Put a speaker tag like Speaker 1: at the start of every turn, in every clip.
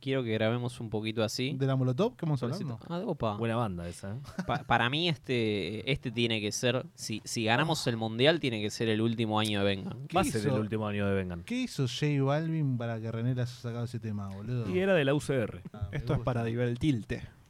Speaker 1: quiero que grabemos un poquito así.
Speaker 2: ¿De la Molotov? ¿Qué vamos hablando?
Speaker 1: Ah, opa.
Speaker 3: Buena banda esa. ¿eh?
Speaker 1: Pa- para mí este, este tiene que ser, si, si ganamos el Mundial, tiene que ser el último año de Vengan.
Speaker 2: ¿Qué
Speaker 3: Va a ser
Speaker 2: hizo?
Speaker 3: el último año de Vengan.
Speaker 2: ¿Qué hizo J Balvin para que René le haya sacado ese tema, boludo?
Speaker 3: Y era de la UCR.
Speaker 2: Ah, me
Speaker 4: Esto es
Speaker 2: gusta.
Speaker 4: para divertirte.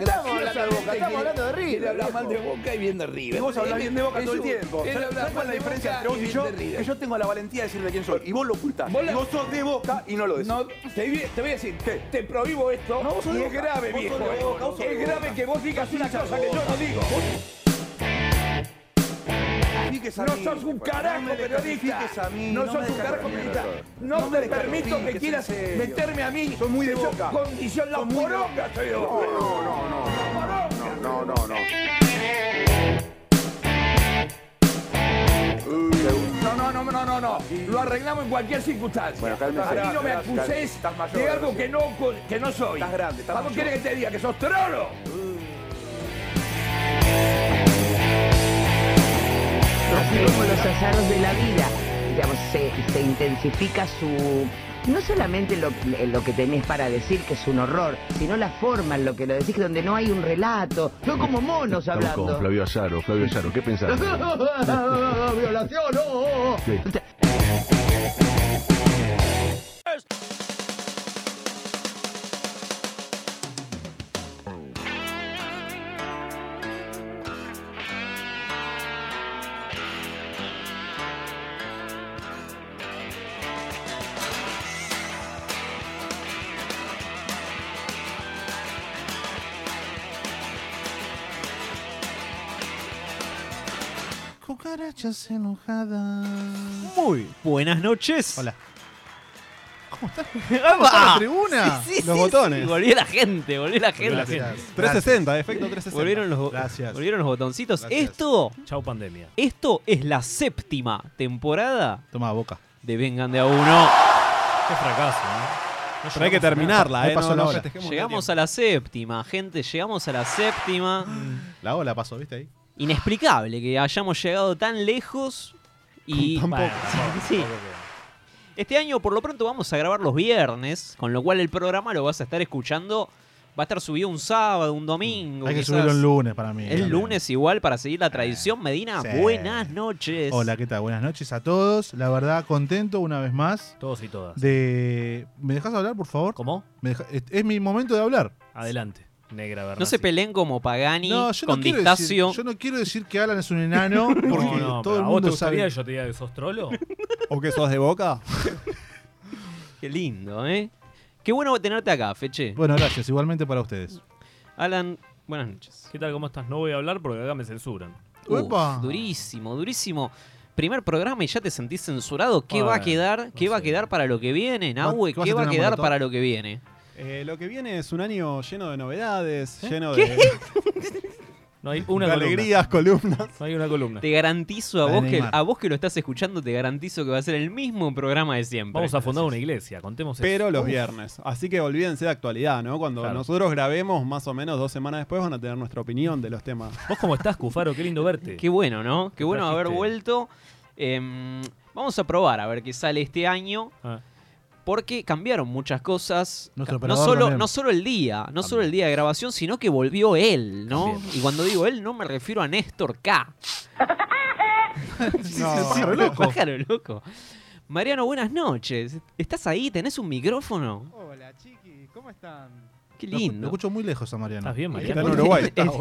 Speaker 5: graciosa de Boca, estamos hablando de River. Él habla mal de Boca y bien de River. Y vos hablás bien de Boca todo el tiempo. ¿Sabés cuál es la diferencia entre vos y yo? Que yo tengo la valentía de decirle quién soy. Y vos lo ocultás. Y vos sos de Boca y no lo decís. te, vi- te voy a decir, te, te prohíbo esto. y es grave, viejo. esto. es grave que vos digas una cosa que yo no digo. pues, No sos un carajo periodista. No sos un carajo periodista. No te permito que quieras meterme a mí. Soy muy de boca. Condición la poronga soy de boca.
Speaker 6: No, no, no.
Speaker 5: No, no, no, no, no, no. Lo arreglamos en cualquier circunstancia.
Speaker 6: Bueno, cálmese.
Speaker 5: A mí no me
Speaker 6: Estás- estás-
Speaker 5: acuses
Speaker 6: estás mayor,
Speaker 5: de algo
Speaker 6: recién.
Speaker 5: que no, ocur- que no soy.
Speaker 6: Estás grande, estás
Speaker 5: ¿Vamos
Speaker 6: mayor.
Speaker 5: quieres que te diga que sos trolo?
Speaker 7: así como los azaros de la vida, digamos, se, se intensifica su... No solamente lo, eh, lo que tenés para decir, que es un horror, sino la forma en lo que lo decís, donde no hay un relato, no como monos hablando.
Speaker 6: Flavio Azaro, Flavio Azaro, ¿qué pensás?
Speaker 7: Violación, oh, oh, oh.
Speaker 2: Cucarachas enojadas.
Speaker 4: Muy buenas noches.
Speaker 2: Hola. ¿Cómo estás?
Speaker 4: ¡Ah!
Speaker 2: la tribuna?
Speaker 4: Los botones.
Speaker 1: volvió la gente, volvió la gente.
Speaker 4: Gracias. 360, efecto 360.
Speaker 1: Volvieron los, bo-
Speaker 2: Gracias.
Speaker 1: volvieron los botoncitos.
Speaker 2: Gracias.
Speaker 1: Esto,
Speaker 3: Chau pandemia.
Speaker 1: esto es la séptima temporada
Speaker 2: Toma boca.
Speaker 1: de Vengan de a uno.
Speaker 3: Qué fracaso, ¿eh?
Speaker 4: Pero hay que terminarla,
Speaker 2: No
Speaker 4: ¿eh?
Speaker 2: pasó la hora.
Speaker 1: Llegamos a la séptima, gente, llegamos a la séptima.
Speaker 2: La ola pasó, ¿viste ahí?
Speaker 1: Inexplicable que hayamos llegado tan lejos y
Speaker 4: Con tan
Speaker 1: Bueno, sí, sí. Este año por lo pronto vamos a grabar los viernes, con lo cual el programa lo vas a estar escuchando. Va a estar subido un sábado, un domingo.
Speaker 2: Hay que
Speaker 1: quizás.
Speaker 2: subirlo el lunes para mí.
Speaker 1: El
Speaker 2: también. Eh,
Speaker 1: lunes igual para seguir la tradición. Medina,
Speaker 2: sí.
Speaker 1: buenas noches.
Speaker 2: Hola, ¿qué tal? Buenas noches a todos. La verdad, contento una vez más
Speaker 3: Todos y todas.
Speaker 2: de... ¿Me dejas hablar, por favor?
Speaker 3: ¿Cómo?
Speaker 2: Me deja- es, es mi momento de hablar.
Speaker 3: Adelante. Negra, ¿verdad?
Speaker 1: No se peleen como Pagani con
Speaker 2: quiero
Speaker 1: Distacio.
Speaker 2: decir, yo no quiero decir que Alan es un enano porque todo el
Speaker 3: ¿A vos te
Speaker 2: mundo
Speaker 3: gustaría
Speaker 2: sabe.
Speaker 3: que yo te diga que sos trolo?
Speaker 4: ¿O que sos de boca?
Speaker 1: Qué lindo, ¿eh? Qué bueno tenerte acá, Feche.
Speaker 2: Bueno, gracias. Igualmente para ustedes.
Speaker 1: Alan, buenas noches.
Speaker 3: ¿Qué tal? ¿Cómo estás? No voy a hablar porque acá me censuran.
Speaker 1: Uf,
Speaker 2: Uepa.
Speaker 1: durísimo, durísimo. Primer programa y ya te sentís censurado. ¿Qué
Speaker 3: Ah,
Speaker 1: va a quedar? ¿Qué
Speaker 3: no
Speaker 1: va a
Speaker 3: sé.
Speaker 1: quedar para lo que viene, Nahue?
Speaker 2: ¿Qué vas
Speaker 1: ¿Qué
Speaker 2: a
Speaker 1: va a
Speaker 2: tener
Speaker 1: quedar
Speaker 2: molotov?
Speaker 1: para lo que viene?
Speaker 4: Eh, lo que viene es un año lleno de novedades, lleno de,
Speaker 3: ¿Eh? No hay
Speaker 4: de
Speaker 3: una columna.
Speaker 4: alegrías, columnas.
Speaker 3: No hay una columna.
Speaker 1: Te garantizo a
Speaker 2: La
Speaker 1: vos,
Speaker 2: de
Speaker 1: que,
Speaker 2: Neymar.
Speaker 1: a vos que lo estás escuchando, te garantizo que va a ser el mismo programa de siempre.
Speaker 3: Vamos a fundar una iglesia, contemos eso.
Speaker 4: Pero los viernes. Así que olvídense de actualidad, ¿no? Cuando
Speaker 3: Claro.
Speaker 4: nosotros grabemos, más o menos dos semanas después, van a tener nuestra opinión de los temas.
Speaker 3: ¿Vos cómo estás, Cufaro? Qué lindo verte.
Speaker 1: Qué bueno, ¿no? Qué bueno haber
Speaker 3: trajiste.
Speaker 1: vuelto. Em, vamos a probar a ver qué sale este año.
Speaker 3: Ah.
Speaker 1: Porque cambiaron muchas cosas.
Speaker 2: Nuestro
Speaker 1: no,
Speaker 2: operador
Speaker 1: solo,
Speaker 2: también.
Speaker 1: no solo el día, no solo el día de grabación, sino que volvió él, ¿no?
Speaker 3: También.
Speaker 1: Y cuando digo él, no me refiero a Néstor K.
Speaker 2: No.
Speaker 1: Pájaro loco. Pájaro loco. Mariano, buenas noches. ¿Estás ahí? ¿Tenés un micrófono?
Speaker 8: Hola chiquis, ¿cómo están?
Speaker 1: Qué
Speaker 2: Lo escu- Lo
Speaker 1: lindo.
Speaker 2: escucho muy lejos a Mariano.
Speaker 3: ¿Estás bien,
Speaker 4: Está en
Speaker 3: Mariano?
Speaker 4: Uruguay. Está,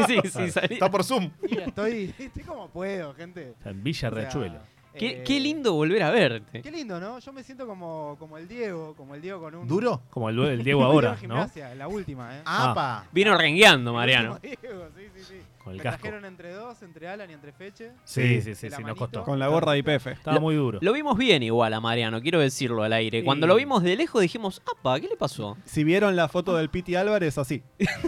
Speaker 1: sí, sí, sí, salí.
Speaker 4: por Zoom.
Speaker 8: Mira, estoy, estoy como puedo, gente.
Speaker 3: Está En Villa
Speaker 8: O sea,
Speaker 3: Riachuelo.
Speaker 1: Qué,
Speaker 8: eh,
Speaker 1: qué lindo volver a verte.
Speaker 8: Qué lindo, ¿no? Yo me siento como, como el Diego, como el Diego con un...
Speaker 2: ¿Duro?
Speaker 3: Como el, el Diego
Speaker 8: un Diego
Speaker 3: ahora,
Speaker 8: en
Speaker 3: ¿no?
Speaker 8: gimnasia, la última, ¿eh?
Speaker 2: ¡Apa!
Speaker 1: Vino rengueando,
Speaker 8: Como
Speaker 1: Mariano.
Speaker 8: Diego, sí, sí, sí.
Speaker 3: Con el
Speaker 8: me
Speaker 3: casco.
Speaker 8: trajeron entre dos, entre Alan y entre Feche.
Speaker 3: Sí, sí, sí,
Speaker 8: De la
Speaker 3: sí, nos
Speaker 8: manito.
Speaker 3: costó.
Speaker 4: Con la gorra de IPF.
Speaker 3: Estaba muy duro.
Speaker 1: Lo vimos bien igual a Mariano, quiero decirlo al aire. Cuando
Speaker 3: Sí.
Speaker 1: lo vimos de lejos dijimos, apa, ¿qué le pasó?
Speaker 4: Si vieron la foto del Piti Álvarez, así.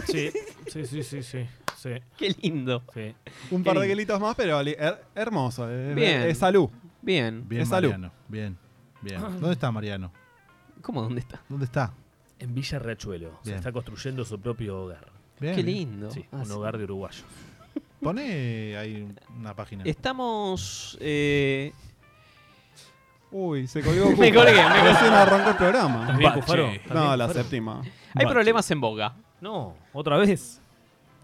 Speaker 3: Sí, sí, sí, sí. sí. Sí,
Speaker 1: Qué lindo.
Speaker 3: sí.
Speaker 4: Un par de
Speaker 1: lindo.
Speaker 4: guelitos más, pero li- her- hermoso. eh,
Speaker 1: Bien.
Speaker 4: eh, salud.
Speaker 1: Bien.
Speaker 2: Bien,
Speaker 4: Es salud.
Speaker 2: Mariano. Bien, bien.
Speaker 3: Ah.
Speaker 2: ¿Dónde está Mariano?
Speaker 1: ¿Cómo dónde está?
Speaker 2: ¿Dónde está?
Speaker 3: En Villa Riachuelo se
Speaker 2: Bien.
Speaker 3: está construyendo su propio hogar.
Speaker 2: Bien.
Speaker 1: Qué lindo.
Speaker 3: Sí,
Speaker 1: Ah,
Speaker 3: un
Speaker 1: sí.
Speaker 3: hogar de uruguayos.
Speaker 2: Pone ahí una página.
Speaker 1: Estamos. eh,
Speaker 4: Uy, se colgó. Cufa.
Speaker 1: Me colgué, me
Speaker 4: Recién arrancó el programa.
Speaker 3: ¿Estás bien, Cufaro?
Speaker 9: Bache.
Speaker 3: ¿Estás bien,
Speaker 4: No, la
Speaker 3: Cufaro?
Speaker 4: séptima.
Speaker 1: Hay
Speaker 3: Bache.
Speaker 1: problemas en Boca.
Speaker 3: No, otra vez.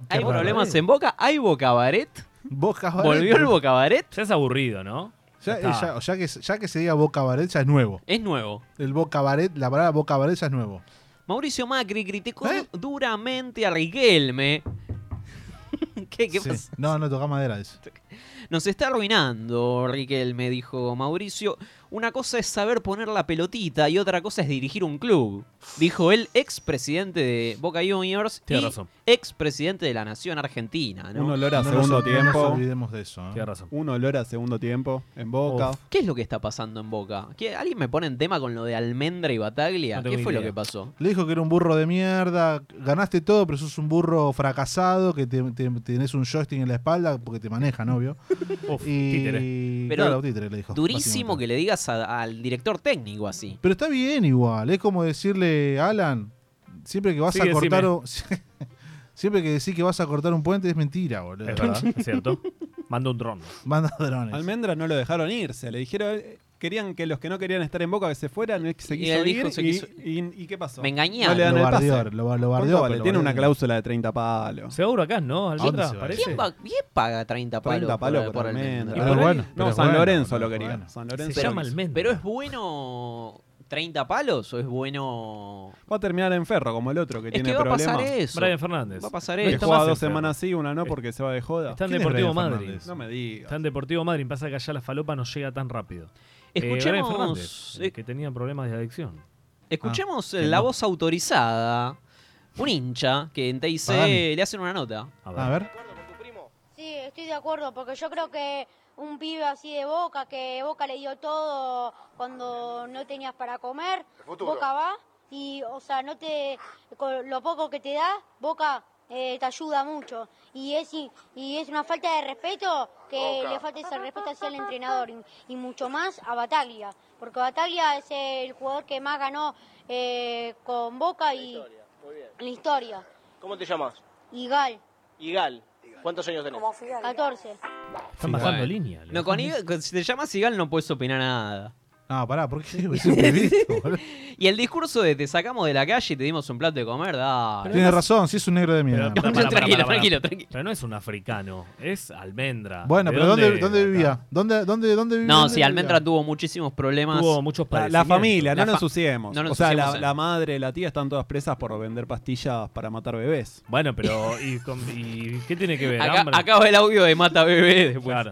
Speaker 1: Hay
Speaker 3: raro,
Speaker 1: problemas
Speaker 3: ¿eh?
Speaker 1: en Boca. Hay Bocabaret.
Speaker 2: Boca Baret.
Speaker 1: Volvió el Bocabaret.
Speaker 3: Ya es aburrido, ¿no?
Speaker 2: Ya, eh, ya-
Speaker 3: está.
Speaker 2: ya que, ya que se diga Boca Baret, ya es nuevo.
Speaker 1: Es nuevo.
Speaker 2: El Boca Baret, la palabra Boca Baret ya es nuevo.
Speaker 1: Mauricio Macri criticó
Speaker 2: ¿Eh?
Speaker 1: duramente a Riquelme. ¿Qué, qué
Speaker 2: Sí.
Speaker 1: pasa?
Speaker 2: No, no toca madera eso.
Speaker 1: Nos está arruinando, Riquelme, dijo Mauricio. Una cosa es saber poner la pelotita y otra cosa es dirigir un club, dijo el expresidente de Boca Juniors
Speaker 3: Tiene
Speaker 1: y
Speaker 3: razón.
Speaker 1: expresidente de la Nación Argentina. ¿no?
Speaker 4: Un olor
Speaker 2: No
Speaker 4: a
Speaker 2: nos-
Speaker 4: segundo
Speaker 2: No nos
Speaker 4: tiempo.
Speaker 2: olvidemos de eso. ¿eh?
Speaker 3: Tienes razón.
Speaker 4: Un olor a segundo tiempo en boca.
Speaker 1: ¿Qué es lo que está pasando en Boca? ¿Qué- ¿Alguien me pone en tema con lo de Almendra y Bataglia?
Speaker 3: No
Speaker 1: ¿Qué
Speaker 3: tengo
Speaker 1: fue lo
Speaker 3: idea.
Speaker 1: que pasó?
Speaker 2: Le dijo que era un burro de mierda, ganaste todo, pero sos un burro fracasado, que te, te- tenés un joystick en la espalda porque te manejan, obvio.
Speaker 3: Uf,
Speaker 2: Y,
Speaker 3: títere.
Speaker 1: Pero
Speaker 2: claro, títere le dijo.
Speaker 1: Durísimo que
Speaker 2: básicamente.
Speaker 1: le digas a- al director técnico así.
Speaker 2: Pero está bien igual, es como decirle, Alan, siempre que vas
Speaker 3: Sí,
Speaker 2: a cortar
Speaker 3: decime.
Speaker 2: un- siempre que decís que vas a cortar un puente es mentira, boludo.
Speaker 3: Es verdad, es cierto. Manda un dron.
Speaker 2: Manda drones.
Speaker 4: Almendra no lo dejaron irse. Le dijeron. eh, Querían que los que no querían estar en boca que se fueran. Él se
Speaker 1: Y
Speaker 4: quiso
Speaker 1: él dijo,
Speaker 4: ir.
Speaker 1: se
Speaker 4: y,
Speaker 1: quiso-
Speaker 4: y- ¿y qué pasó?
Speaker 1: Me
Speaker 4: No le
Speaker 1: engañaron.
Speaker 4: dan
Speaker 2: lo
Speaker 4: el pase.
Speaker 2: bardeó, lo, lo
Speaker 4: ¿Cuánto
Speaker 2: bardeó,
Speaker 4: vale?
Speaker 2: pero
Speaker 4: Tiene
Speaker 2: lo
Speaker 4: una
Speaker 2: bardeó.
Speaker 4: cláusula de 30 palos.
Speaker 3: Se obra acá, ¿no?
Speaker 2: dónde
Speaker 3: Almendra,
Speaker 2: se va?
Speaker 3: parece.
Speaker 1: ¿Quién, va- quién paga 30 palos
Speaker 4: 30 palos por,
Speaker 1: Almendra?
Speaker 4: almendra.
Speaker 2: Pero bueno,
Speaker 4: no,
Speaker 2: pero
Speaker 4: San
Speaker 2: bueno,
Speaker 4: Lorenzo
Speaker 2: pero
Speaker 4: lo quería.
Speaker 2: bueno.
Speaker 4: San
Speaker 3: Se
Speaker 4: Lorenzo.
Speaker 3: llama
Speaker 4: lo
Speaker 3: Almendra.
Speaker 1: Pero es bueno 30 palos o es bueno.
Speaker 4: quiso. Va a terminar en ferro como el otro que
Speaker 1: Es
Speaker 4: tiene
Speaker 1: que va a
Speaker 4: problemas.
Speaker 1: pasar eso.
Speaker 3: Brian Fernández.
Speaker 1: Va a pasar
Speaker 4: Que
Speaker 1: eso.
Speaker 4: juega
Speaker 3: más
Speaker 4: dos
Speaker 3: enfermo.
Speaker 4: semanas sí, una no porque se va de joda.
Speaker 3: Está en
Speaker 2: ¿Quién es
Speaker 3: Deportivo
Speaker 2: Brian
Speaker 3: Madrid.
Speaker 2: Fernández?
Speaker 4: No me
Speaker 3: Está
Speaker 4: digas.
Speaker 3: en Deportivo Madrid. Pasa que allá la falopa no llega tan rápido. Eh, Brian
Speaker 1: Escuchemos, eh.
Speaker 3: Fernández, el que tenía problemas de adicción.
Speaker 2: Ah,
Speaker 1: escuchemos la voz autorizada. Un hincha que en TIC
Speaker 2: Pagani.
Speaker 1: le hacen una nota.
Speaker 2: A ver.
Speaker 10: Sí, estoy de acuerdo, porque yo creo que un pibe así de Boca, que Boca le dio todo cuando no tenías para comer, Boca va y, o sea, no te, con lo poco que te da, Boca eh, te ayuda mucho. Y es, i- y es una falta de respeto que le falte ese respeto hacia el entrenador y, y mucho más a Bataglia, porque Bataglia es el jugador que más ganó eh, con Boca y en la historia.
Speaker 11: ¿Cómo te llamas?
Speaker 10: Y Gal,
Speaker 11: Igal. ¿Cuántos años tenés?
Speaker 10: 14.
Speaker 3: Están bajando
Speaker 1: Bueno.
Speaker 3: línea.
Speaker 1: No, con Iga- con- si te llamas Igal no puedes opinar
Speaker 2: No,
Speaker 1: nada.
Speaker 2: Ah, pará, ¿por qué? Es un pibito, boludo.
Speaker 1: Y el discurso de te sacamos de la calle y te dimos un plato de comer, dale.
Speaker 2: Tiene razón, sí es un negro de mierda.
Speaker 3: Pero- Pará, pará,
Speaker 1: tranquilo,
Speaker 3: pará, pará.
Speaker 1: tranquilo, tranquilo.
Speaker 3: Pero no es un africano, es almendra.
Speaker 2: Bueno,
Speaker 3: ¿De
Speaker 2: pero ¿dónde, dónde vivía? ¿Dónde, dónde, dónde vivía?
Speaker 1: No,
Speaker 2: ¿Dónde
Speaker 1: sí,
Speaker 2: vivía?
Speaker 1: Almendra tuvo muchísimos problemas.
Speaker 3: Tuvo muchos
Speaker 4: La,
Speaker 3: padres.
Speaker 4: la familia, no
Speaker 1: La fa-
Speaker 4: nos ensuciemos.
Speaker 1: no nos
Speaker 4: o sea, la,
Speaker 1: ensuciemos, eh.
Speaker 4: la madre, la tía están todas presas por vender pastillas para matar bebés.
Speaker 3: Bueno, pero ¿y, con- y qué tiene que ver?
Speaker 1: Acá,
Speaker 3: Hambre.
Speaker 1: acá va el audio de Mata Bebé después.
Speaker 3: Claro.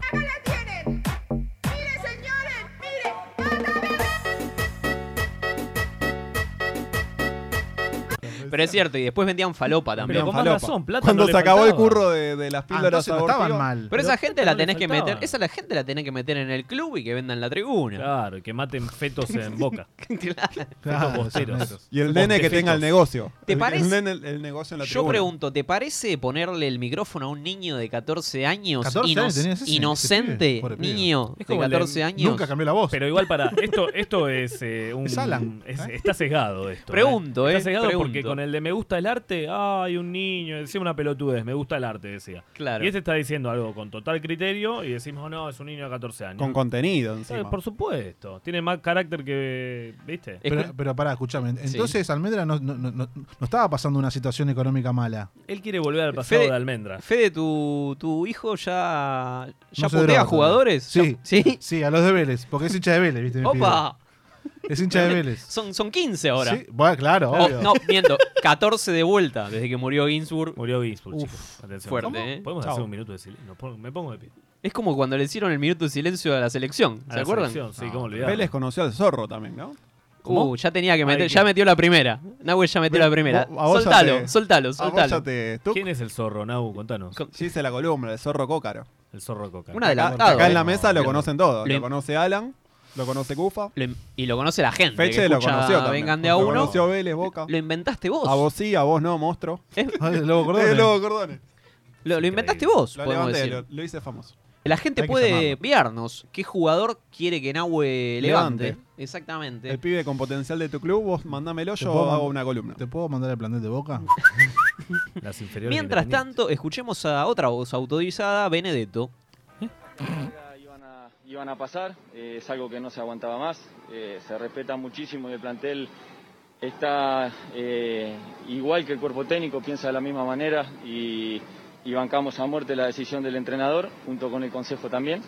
Speaker 1: Pero es cierto, y después vendían falopa también.
Speaker 3: Pero con más
Speaker 4: falopa.
Speaker 3: razón, plata
Speaker 4: Cuando
Speaker 3: no le
Speaker 4: se acabó el
Speaker 3: faltaba.
Speaker 4: curro de, de las
Speaker 2: Ah,
Speaker 4: píldoras
Speaker 2: entonces no estaban
Speaker 4: abortivas,
Speaker 2: mal.
Speaker 1: Pero esa
Speaker 3: Pero
Speaker 1: gente
Speaker 3: plata
Speaker 1: la
Speaker 3: no le
Speaker 1: tenés que
Speaker 3: faltaba.
Speaker 1: meter, esa la gente la tenés que meter en el club y que venda en la tribuna.
Speaker 3: Claro, que maten fetos en boca.
Speaker 1: Claro.
Speaker 2: Claro,
Speaker 3: Fetos
Speaker 2: esos
Speaker 3: bosteros.
Speaker 2: negros.
Speaker 4: Y el
Speaker 3: Somos
Speaker 4: nene que
Speaker 3: defectos.
Speaker 4: tenga el negocio.
Speaker 1: ¿Te
Speaker 4: El- el
Speaker 1: parece?
Speaker 4: nene- El, el negocio en la
Speaker 1: Yo
Speaker 4: tribuna.
Speaker 1: pregunto, ¿te parece ponerle el micrófono a un niño de 14 años
Speaker 2: 14 años
Speaker 1: inoc-
Speaker 2: tenía ese, ese
Speaker 1: inocente?
Speaker 2: pibe, pobre pibe.
Speaker 1: niño
Speaker 3: Es
Speaker 1: de
Speaker 3: como el de-
Speaker 1: 14 años.
Speaker 2: Nunca cambió la voz.
Speaker 3: Pero igual para esto esto es eh, un
Speaker 2: Es Alan,
Speaker 3: es-
Speaker 2: ¿eh?
Speaker 3: está sesgado esto.
Speaker 1: Pregunto,
Speaker 3: Está
Speaker 1: eh,
Speaker 3: sesgado
Speaker 1: pregunto.
Speaker 3: porque con el de me gusta el arte, ay, un niño, decía una pelotudez, me gusta el arte decía.
Speaker 1: Claro.
Speaker 3: Y este está diciendo algo con total criterio y decimos, "Oh, no, es un niño de 14 años."
Speaker 4: Con contenido
Speaker 3: Claro,
Speaker 4: encima.
Speaker 3: Eh, por supuesto, tiene más carácter que, ¿viste?
Speaker 1: Escu-
Speaker 2: Pero, pero pará, escúchame. Entonces Almendra no, no- no- no- no estaba pasando una situación económica mala.
Speaker 3: Él quiere volver al pasado
Speaker 1: Fede-
Speaker 3: de almendra.
Speaker 1: Fede, tu, tu hijo ya, ya
Speaker 2: No se
Speaker 1: putea
Speaker 2: droga
Speaker 1: a jugadores.
Speaker 2: todavía.
Speaker 1: Ya-
Speaker 2: Sí,
Speaker 1: ¿Sí?
Speaker 2: sí, a los de Vélez, porque es hincha de Vélez, ¿viste? mi
Speaker 1: Opa,
Speaker 2: pibe? Es hincha de Vélez.
Speaker 1: son, son 15 ahora.
Speaker 2: Sí, bueno, claro,
Speaker 1: Oh,
Speaker 2: obvio.
Speaker 1: no, miento, 14 de vuelta desde que murió Ginsburg.
Speaker 3: Murió Ginsburg,
Speaker 1: Uf,
Speaker 3: chicos. Atención.
Speaker 1: fuerte,
Speaker 3: ¿Cómo?
Speaker 1: eh.
Speaker 3: ¿Podemos
Speaker 4: Chao.
Speaker 3: hacer un minuto de silencio? No, pon- Me pongo de pie.
Speaker 1: Es como cuando le hicieron el minuto de silencio a la selección.
Speaker 3: A
Speaker 1: ¿Se
Speaker 3: la
Speaker 1: acuerdan?
Speaker 3: selección, Sí, cómo olvidar.
Speaker 4: Vélez conoció al zorro también, ¿no?
Speaker 1: Uh, ya tenía que
Speaker 3: Ay,
Speaker 1: meter,
Speaker 3: qué-
Speaker 1: ya metió la primera. Nahue ya metió la primera.
Speaker 4: Vos- a vos ya
Speaker 1: soltalo,
Speaker 4: te-
Speaker 1: soltalo,
Speaker 4: Ah,
Speaker 1: soltalo.
Speaker 4: vos ya te- tú-
Speaker 3: ¿Quién es el zorro, Nau? Contanos.
Speaker 1: Con-
Speaker 4: Sí, hice la columna, el zorro cócaro.
Speaker 3: El zorro coca.
Speaker 1: Un
Speaker 4: Acá,
Speaker 1: adelantado.
Speaker 4: acá en
Speaker 1: eh.
Speaker 4: la mesa lo
Speaker 1: Lo-
Speaker 4: conocen todos.
Speaker 1: lo-
Speaker 4: Lo conoce Alan, lo conoce Cufa.
Speaker 1: Lo in- y lo conoce la gente. que
Speaker 4: Feche lo
Speaker 1: escucha
Speaker 4: conoció también.
Speaker 1: Vengan de a
Speaker 4: Lo
Speaker 1: uno.
Speaker 4: conoció Vélez, Boca.
Speaker 1: Lo inventaste
Speaker 4: A
Speaker 1: vos.
Speaker 4: vos sí, a vos no, monstruo.
Speaker 1: Es-
Speaker 2: Ay, el lobo Cordone.
Speaker 4: Eh, Lobo Cordones.
Speaker 1: Lo, lo inventaste vos,
Speaker 4: Lo
Speaker 1: podemos
Speaker 4: levanté,
Speaker 1: decir.
Speaker 4: lo, lo hice famoso.
Speaker 1: La gente
Speaker 4: Hay que
Speaker 1: puede
Speaker 4: llamarlo.
Speaker 1: enviarnos qué jugador quiere que Nahue levante.
Speaker 4: Levante.
Speaker 1: Exactamente.
Speaker 4: El pibe con potencial de tu club, vos mandámelo,
Speaker 2: ¿Te
Speaker 4: yo
Speaker 2: puedo
Speaker 4: hago
Speaker 2: mand-
Speaker 4: una columna.
Speaker 2: ¿Te puedo mandar el plantel de boca?
Speaker 3: Las inferiores.
Speaker 1: Mientras
Speaker 3: de Independiente.
Speaker 1: tanto, escuchemos a otra voz autorizada, Benedetto.
Speaker 9: iban a pasar, eh, es algo que no se aguantaba más, eh, se respeta muchísimo y el plantel está eh, igual que el cuerpo técnico, piensa de la misma manera y, y bancamos a muerte la decisión del entrenador, junto con el consejo también.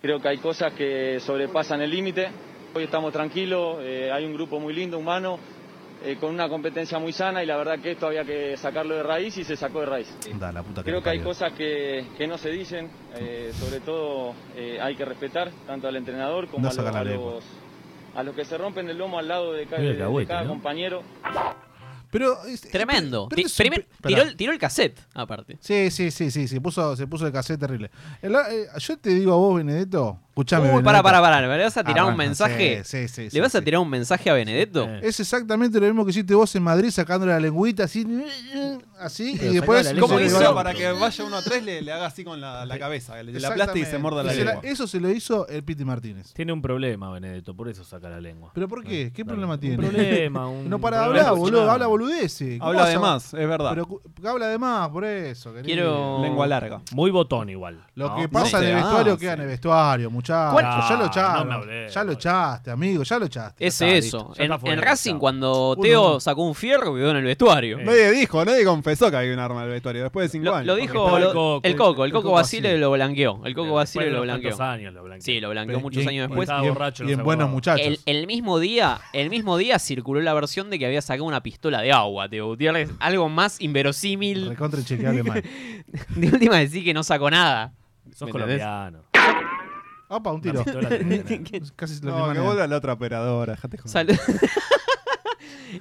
Speaker 9: Creo que hay cosas que sobrepasan el límite, hoy estamos tranquilos, eh, hay un grupo muy lindo, humano, eh, con una competencia muy sana y la verdad que esto había que sacarlo de raíz y se sacó de raíz.
Speaker 2: Da, la puta que
Speaker 9: Creo
Speaker 2: te
Speaker 9: que hay
Speaker 2: parió.
Speaker 9: cosas que, que no se dicen, eh, sobre todo eh, hay que respetar tanto al entrenador como
Speaker 2: No
Speaker 9: a, los-
Speaker 2: sacan la
Speaker 9: a
Speaker 2: lengua.
Speaker 9: los, a los que se rompen el lomo al lado de cada,
Speaker 3: Mira el
Speaker 9: de- de
Speaker 3: cahuete,
Speaker 9: cada
Speaker 3: ¿no?
Speaker 9: compañero.
Speaker 2: Pero. es-
Speaker 1: Tremendo.
Speaker 2: pero
Speaker 1: Ti-
Speaker 2: es un
Speaker 1: primer-
Speaker 2: pe-
Speaker 1: tiró,
Speaker 2: Pará.
Speaker 1: el, tiró el cassette, aparte.
Speaker 2: Sí, sí, sí, sí, se puso, se puso el cassette terrible. El- eh, yo te digo a vos, Benedetto, escuchame.
Speaker 1: Uy,
Speaker 2: Benedetto.
Speaker 1: Uh, pará, pará, pará. ¿Le vas a tirar un
Speaker 2: Arranca,
Speaker 1: mensaje?
Speaker 2: sí, sí, sí,
Speaker 1: ¿Le vas a
Speaker 2: sí.
Speaker 1: tirar un mensaje a Benedetto?
Speaker 3: Eh.
Speaker 2: Es exactamente lo mismo que hiciste vos en Madrid sacándole la lengüita así, así Ah,
Speaker 3: Pero
Speaker 2: y después
Speaker 3: sacó la
Speaker 2: ¿cómo
Speaker 3: lengua.
Speaker 2: hizo?
Speaker 3: Pero
Speaker 4: Para que vaya uno a tres, le, le haga así con la, la cabeza, le, la aplaste y se morda la
Speaker 2: Y se
Speaker 4: lengua.
Speaker 2: Ah, Eso se lo hizo el Piti Martínez.
Speaker 3: Tiene un problema, Benedetto, por eso saca la lengua.
Speaker 2: ¿Pero por qué? ¿Qué
Speaker 3: Dale.
Speaker 2: problema
Speaker 3: Un
Speaker 2: tiene?
Speaker 3: problema, un
Speaker 2: no para de
Speaker 3: problema
Speaker 2: hablar, boludo,
Speaker 3: cochinado.
Speaker 2: habla boludeces. ¿Cómo
Speaker 4: Habla
Speaker 2: vas
Speaker 4: de
Speaker 2: a-
Speaker 4: más, es verdad.
Speaker 2: Pero cu- habla de más, por eso. querido.
Speaker 1: Quiero.
Speaker 4: Lengua larga.
Speaker 3: Muy botón igual.
Speaker 2: Lo
Speaker 3: No,
Speaker 2: que pasa
Speaker 4: no
Speaker 2: en el
Speaker 4: te
Speaker 2: vestuario
Speaker 4: hagas.
Speaker 2: queda en el vestuario, muchachos.
Speaker 3: ¿Cuál-
Speaker 2: Ya lo echaste.
Speaker 3: Ah, No me hablé,
Speaker 2: ya lo
Speaker 3: boludo.
Speaker 2: echaste, amigo, ya lo echaste.
Speaker 1: Es
Speaker 2: Ya está,
Speaker 1: eso.
Speaker 3: listo, ya
Speaker 1: En,
Speaker 3: está fuera,
Speaker 1: en Racing,
Speaker 3: chao.
Speaker 1: cuando
Speaker 2: Uno,
Speaker 1: Teo
Speaker 2: uno.
Speaker 1: sacó un fierro, quedó en el vestuario.
Speaker 3: Eh.
Speaker 4: Nadie dijo, nadie confesó que había un arma en el vestuario después de cinco
Speaker 1: Lo,
Speaker 4: años.
Speaker 1: lo
Speaker 4: porque
Speaker 1: dijo
Speaker 3: estaba el
Speaker 1: lo-
Speaker 3: Coco.
Speaker 1: el Coco. El Coco
Speaker 2: Coco
Speaker 1: Basile
Speaker 2: Basile.
Speaker 1: lo blanqueó. El Coco Basile
Speaker 3: Después de
Speaker 1: lo
Speaker 3: unos
Speaker 1: blanqueó.
Speaker 3: cuantos años lo blanqueó.
Speaker 1: Sí, lo blanqueó
Speaker 2: Pero-
Speaker 1: muchos
Speaker 2: y-
Speaker 1: años
Speaker 2: y-
Speaker 1: después.
Speaker 3: Estaba
Speaker 2: y en,
Speaker 3: borracho,
Speaker 2: y
Speaker 3: no
Speaker 2: en
Speaker 3: se
Speaker 2: buenos
Speaker 3: acordaba.
Speaker 2: muchachos.
Speaker 1: El, el mismo día, el mismo día circuló la versión de que había sacado una pistola de agua, Teo Gutiérrez. Algo más inverosímil.
Speaker 2: Recontra chequeable mal.
Speaker 1: De última decir que no sacó nada.
Speaker 3: Sos
Speaker 1: ¿Me
Speaker 3: colombiano.
Speaker 2: Opa, un
Speaker 3: Una
Speaker 2: tiro.
Speaker 3: pistola te
Speaker 2: Ni-
Speaker 3: viene.
Speaker 2: ni- Casi lo
Speaker 4: No,
Speaker 2: mismo.
Speaker 4: que vuelva la otra operadora, dejate joder.
Speaker 1: Sal-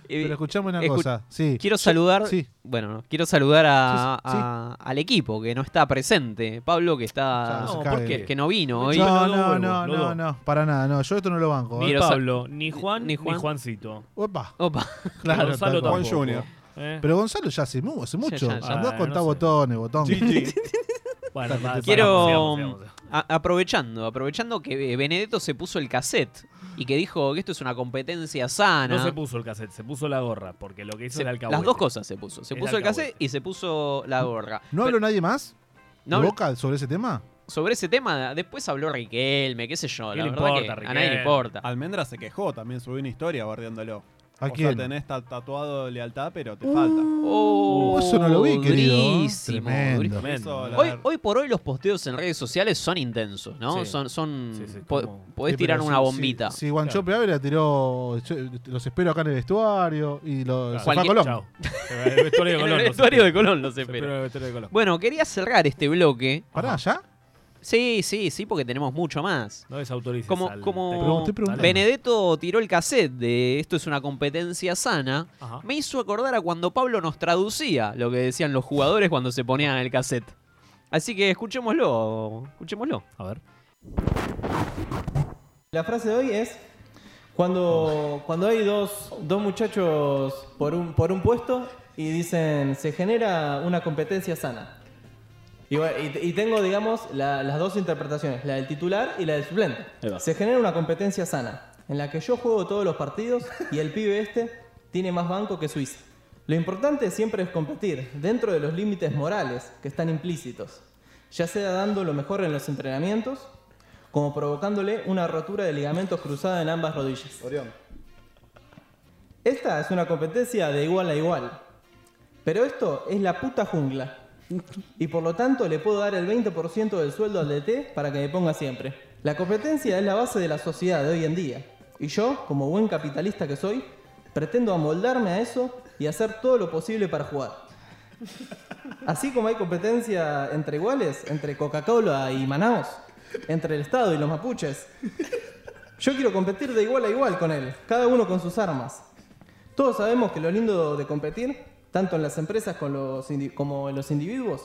Speaker 1: Eh,
Speaker 2: Pero escuchame una
Speaker 1: escu-
Speaker 2: cosa. Sí.
Speaker 1: Quiero saludar,
Speaker 2: sí.
Speaker 1: bueno, no, quiero saludar a,
Speaker 2: Sí, sí.
Speaker 1: a- al equipo que no está presente, Pablo que está,
Speaker 2: Ya,
Speaker 3: no,
Speaker 1: que-
Speaker 3: ¿por
Speaker 1: que,
Speaker 3: qué?
Speaker 1: no vino hoy.
Speaker 3: Yo-
Speaker 2: No, no,
Speaker 3: Lo dudo,
Speaker 2: no,
Speaker 3: lo
Speaker 2: no,
Speaker 3: dudo.
Speaker 2: no, para nada, no, yo esto no lo banco. eh.
Speaker 3: Ni
Speaker 1: Mira,
Speaker 3: Pablo, ni Juan,
Speaker 1: ni
Speaker 3: ni,
Speaker 1: Juan.
Speaker 3: Juancito.
Speaker 2: Opa,
Speaker 1: Opa,
Speaker 2: claro,
Speaker 3: Gonzalo
Speaker 2: tal cual.
Speaker 4: Juan Junior.
Speaker 3: ¿eh?
Speaker 2: Pero Gonzalo ya hace, mu- hace mucho.
Speaker 1: ya, ya.
Speaker 2: Andá
Speaker 3: Ah,
Speaker 2: a contar
Speaker 3: no sé.
Speaker 2: botones, botón.
Speaker 4: GG.
Speaker 3: Bueno, va, sigamos,
Speaker 1: quiero
Speaker 3: sigamos, sigamos.
Speaker 1: a- aprovechando, aprovechando que Benedetto se puso el cassette y que dijo que esto es una competencia sana.
Speaker 3: No se puso el cassette, se puso la gorra, porque lo que hizo
Speaker 1: Se-
Speaker 3: era el
Speaker 1: las dos cosas se puso. Se
Speaker 3: El
Speaker 1: puso el
Speaker 3: alcahuete.
Speaker 1: cassette y se puso la gorra.
Speaker 2: ¿No habló nadie más?
Speaker 1: No,
Speaker 2: ¿De boca sobre ese tema?
Speaker 1: sobre ese tema, después habló Riquelme, qué sé yo.
Speaker 3: ¿Qué
Speaker 1: La
Speaker 3: le
Speaker 1: verdad
Speaker 3: importa,
Speaker 1: que a nadie le
Speaker 3: Riquelme?
Speaker 1: importa.
Speaker 4: Almendra se quejó también, subió una historia bardeándolo.
Speaker 2: ¿A
Speaker 4: o
Speaker 2: quién?
Speaker 4: sea, tenés ta- tatuado lealtad, pero te falta.
Speaker 1: Oh,
Speaker 2: eso no lo vi, querido.
Speaker 1: durísimo,
Speaker 2: Tremendo.
Speaker 1: durísimo.
Speaker 4: Eso, la-
Speaker 1: Hoy, hoy por hoy los posteos en redes sociales son intensos, ¿no?
Speaker 3: Sí.
Speaker 1: Son, son
Speaker 3: Sí, sí,
Speaker 1: po-
Speaker 3: como-
Speaker 1: podés
Speaker 2: Sí, pero
Speaker 1: tirar
Speaker 2: sí,
Speaker 1: una
Speaker 2: sí,
Speaker 1: bombita.
Speaker 2: Sí, Guanchope Ávila tiró. yo, los espero acá en el vestuario. Y los. se fue a
Speaker 1: Cualquier-
Speaker 2: Colón.
Speaker 3: Chao. El vestuario de
Speaker 1: En
Speaker 3: Colón.
Speaker 1: el
Speaker 3: no se
Speaker 1: vestuario
Speaker 3: espera.
Speaker 1: de Colón los
Speaker 3: Se espera
Speaker 1: espera.
Speaker 3: el vestuario de Colón.
Speaker 1: Bueno, quería cerrar este bloque.
Speaker 2: Pará, ¿ya?
Speaker 1: Sí, sí, sí, porque tenemos mucho más.
Speaker 3: No desautorices
Speaker 1: Como-
Speaker 3: al
Speaker 1: como-
Speaker 3: técnico.
Speaker 2: Estoy preguntando.
Speaker 3: Dale.
Speaker 1: Benedetto tiró el cassette de Esto es una competencia sana.
Speaker 3: Ajá.
Speaker 1: Me hizo acordar a cuando Pablo nos traducía lo que decían los jugadores cuando se ponían el cassette. Así que escuchémoslo, escuchémoslo.
Speaker 3: A ver.
Speaker 12: La frase de hoy es cuando, cuando hay dos, dos muchachos por un, por un puesto y dicen se genera una competencia sana. Y, bueno, y- y tengo, digamos, la- las dos interpretaciones, la del titular y la del suplente. Se genera una competencia sana, en la que yo juego todos los partidos y el pibe este tiene más banco que Suiza. Lo importante siempre es competir dentro de los límites morales que están implícitos, ya sea dando lo mejor en los entrenamientos, como provocándole una rotura de ligamentos cruzada en ambas rodillas. Esta es una competencia de igual a igual, pero esto es la puta jungla. Y por lo tanto le puedo dar el 20% del sueldo al DT para que me ponga siempre. La competencia es la base de la sociedad de hoy en día. Y yo, como buen capitalista que soy, pretendo amoldarme a eso y hacer todo lo posible para jugar. Así como hay competencia entre iguales, entre Coca-Cola y Manaus, entre el Estado y los mapuches, yo quiero competir de igual a igual con él, cada uno con sus armas. Todos sabemos que lo lindo de competir, tanto en las empresas con los indi- como en los individuos,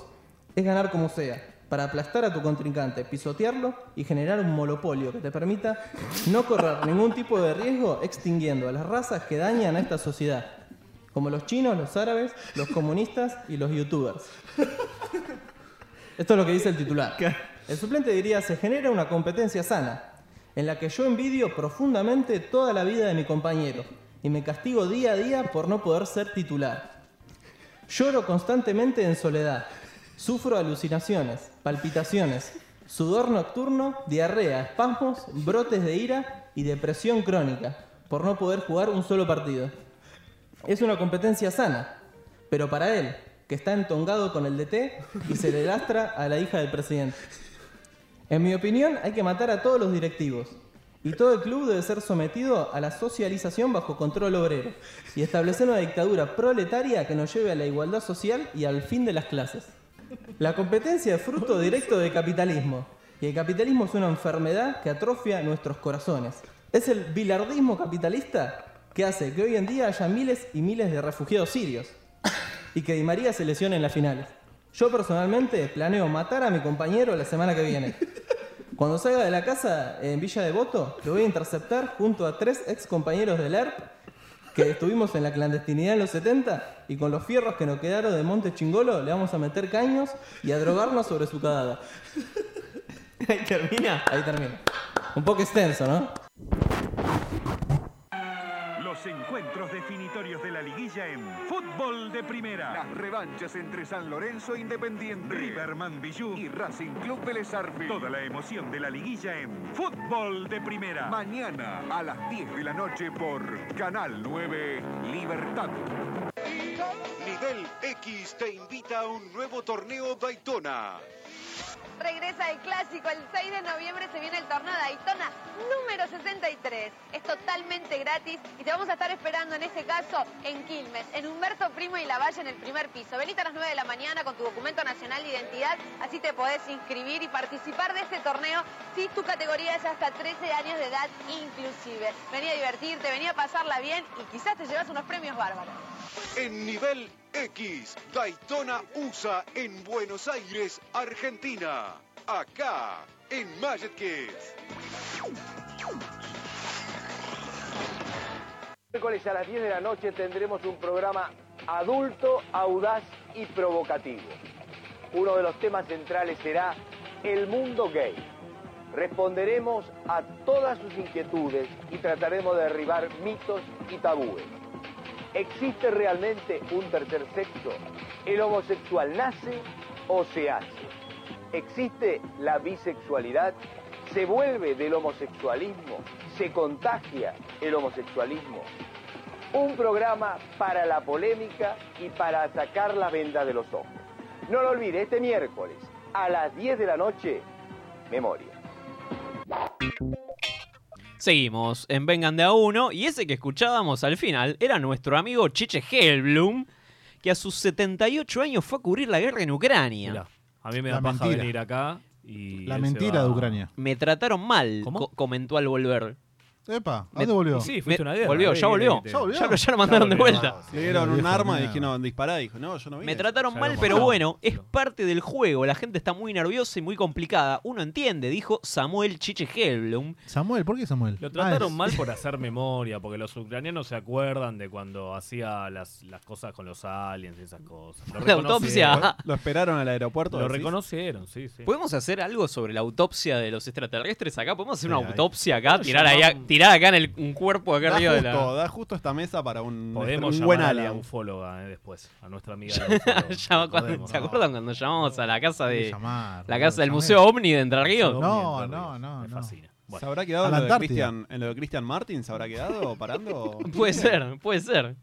Speaker 12: es ganar como sea, para aplastar a tu contrincante, pisotearlo y generar un monopolio que te permita no correr ningún tipo de riesgo extinguiendo a las razas que dañan a esta sociedad, como los chinos, los árabes, los comunistas y los youtubers. Esto es lo que dice el titular. El suplente diría, se genera una competencia sana, en la que yo envidio profundamente toda la vida de mi compañero y me castigo día a día por no poder ser titular. Lloro constantemente en soledad, sufro alucinaciones, palpitaciones, sudor nocturno, diarrea, espasmos, brotes de ira y depresión crónica por no poder jugar un solo partido. Es una competencia sana, pero para él, que está entongado con el DT y se le lastra a la hija del presidente. En mi opinión, hay que matar a todos los directivos. Y todo el club debe ser sometido a la socialización bajo control obrero y establecer una dictadura proletaria que nos lleve a la igualdad social y al fin de las clases. La competencia es fruto directo del capitalismo y el capitalismo es una enfermedad que atrofia nuestros corazones. Es el bilardismo capitalista que hace que hoy en día haya miles y miles de refugiados sirios y que Di María se lesione en las finales. Yo personalmente planeo matar a mi compañero la semana que viene. Cuando salga de la casa en Villa Devoto, lo voy a interceptar junto a tres ex compañeros del ERP que estuvimos en la clandestinidad en los 70 y con los fierros que nos quedaron de Monte Chingolo le vamos a meter caños y a drogarnos sobre su cadáver. Ahí termina. Ahí termina. Un poco extenso, ¿no?
Speaker 13: Los encuentros definitorios de la liguilla en fútbol de primera. Las revanchas entre San Lorenzo e Independiente, Riverman Villú y Racing Club Vélez Arfield. Toda la emoción de la liguilla en fútbol de primera. Mañana a las 10 de la noche por Canal 9 Libertad.
Speaker 14: Nivel X te invita a un nuevo torneo Daytona.
Speaker 15: Regresa el clásico, el 6 de noviembre se viene el torneo Daytona número 63. Es totalmente gratis y te vamos a estar esperando en este caso en Quilmes, en Humberto Primo y La Valle en el primer piso. Venite a las 9 de la mañana con tu documento nacional de identidad, así te podés inscribir y participar de este torneo si tu categoría es hasta 13 años de edad inclusive. Vení a divertirte, vení a pasarla bien y quizás te llevas unos premios bárbaros.
Speaker 14: En nivel X, Daytona USA en Buenos Aires, Argentina. Acá, en Magic Kids.
Speaker 5: Miércoles a las 10 de la noche tendremos un programa adulto, audaz y provocativo. Uno de los temas centrales será el mundo gay. Responderemos a todas sus inquietudes y trataremos de derribar mitos y tabúes. ¿Existe realmente un tercer sexo? ¿El homosexual nace o se hace? ¿Existe la bisexualidad? ¿Se vuelve del homosexualismo? ¿Se contagia el homosexualismo? Un programa para la polémica y para sacar la venda de los ojos. No lo olvide, este miércoles a las 10 de la noche, Memoria.
Speaker 1: Seguimos en Vengan de a uno y ese que escuchábamos al final era nuestro amigo Cheche Hellblum, que a sus 78 años fue a cubrir la guerra en Ucrania.
Speaker 3: a mí me
Speaker 1: La
Speaker 3: da paja
Speaker 1: mentira.
Speaker 3: venir acá y.
Speaker 1: La
Speaker 3: él se
Speaker 1: mentira
Speaker 3: va.
Speaker 1: de Ucrania. Me trataron mal, co- comentó al volver.
Speaker 2: Epa, ¿a
Speaker 1: Me-
Speaker 2: dónde volvió?
Speaker 1: y sí, fuiste Me- una guerra. volvió, ya volvió. Ya volvió. Ya lo- ya lo mandaron de vuelta.
Speaker 4: Le dieron un
Speaker 1: Viejo
Speaker 4: arma y
Speaker 1: mierda.
Speaker 4: dijeron, dispará. Dijo, no, yo no vi.
Speaker 1: Me
Speaker 4: eso".
Speaker 1: trataron
Speaker 4: Ya
Speaker 1: mal,
Speaker 4: lo
Speaker 1: pero
Speaker 4: mataron.
Speaker 1: bueno, es parte del juego. La gente está muy nerviosa y muy complicada. Uno entiende, dijo Samuel Chiche Hellblum.
Speaker 2: Samuel, ¿por qué Samuel?
Speaker 3: Lo
Speaker 2: Ah,
Speaker 3: trataron
Speaker 2: es-
Speaker 3: mal por hacer memoria, porque los ucranianos se acuerdan de cuando hacía las, las cosas con los aliens y esas cosas. Lo
Speaker 1: La autopsia.
Speaker 3: reconocieron.
Speaker 4: Lo esperaron al aeropuerto.
Speaker 3: Lo
Speaker 4: decís.
Speaker 3: reconocieron, sí, sí.
Speaker 1: ¿Podemos hacer algo sobre la autopsia de los extraterrestres acá? ¿Podemos hacer una
Speaker 4: Sí, ahí.
Speaker 1: autopsia acá?
Speaker 4: Bueno,
Speaker 1: Tirar, ahí
Speaker 4: llamamos-
Speaker 1: a- tirar acá en el, un cuerpo acá
Speaker 4: Da
Speaker 1: arriba de
Speaker 4: justo,
Speaker 1: la.
Speaker 4: da justo esta mesa para un,
Speaker 3: Podemos
Speaker 4: un
Speaker 3: llamar
Speaker 4: buen
Speaker 3: a la
Speaker 4: alien.
Speaker 3: ufóloga eh, después, a nuestra amiga. la ufóloga.
Speaker 1: Llama cuando-
Speaker 3: Podemos,
Speaker 1: ¿Se
Speaker 3: no.
Speaker 1: acuerdan cuando llamamos a la casa de.
Speaker 3: llamar,
Speaker 1: la
Speaker 3: boludo,
Speaker 1: casa del
Speaker 3: llamé.
Speaker 1: Museo Omni de Entre Ríos?
Speaker 3: Museo
Speaker 2: No, Ah, no, no. no.
Speaker 4: ¿Se habrá quedado
Speaker 2: A
Speaker 4: en
Speaker 2: la
Speaker 4: lo, de
Speaker 2: Antártida.
Speaker 4: Christian, en lo de Christian Martin? ¿Se habrá quedado parando?
Speaker 1: Puede ser, puede ser.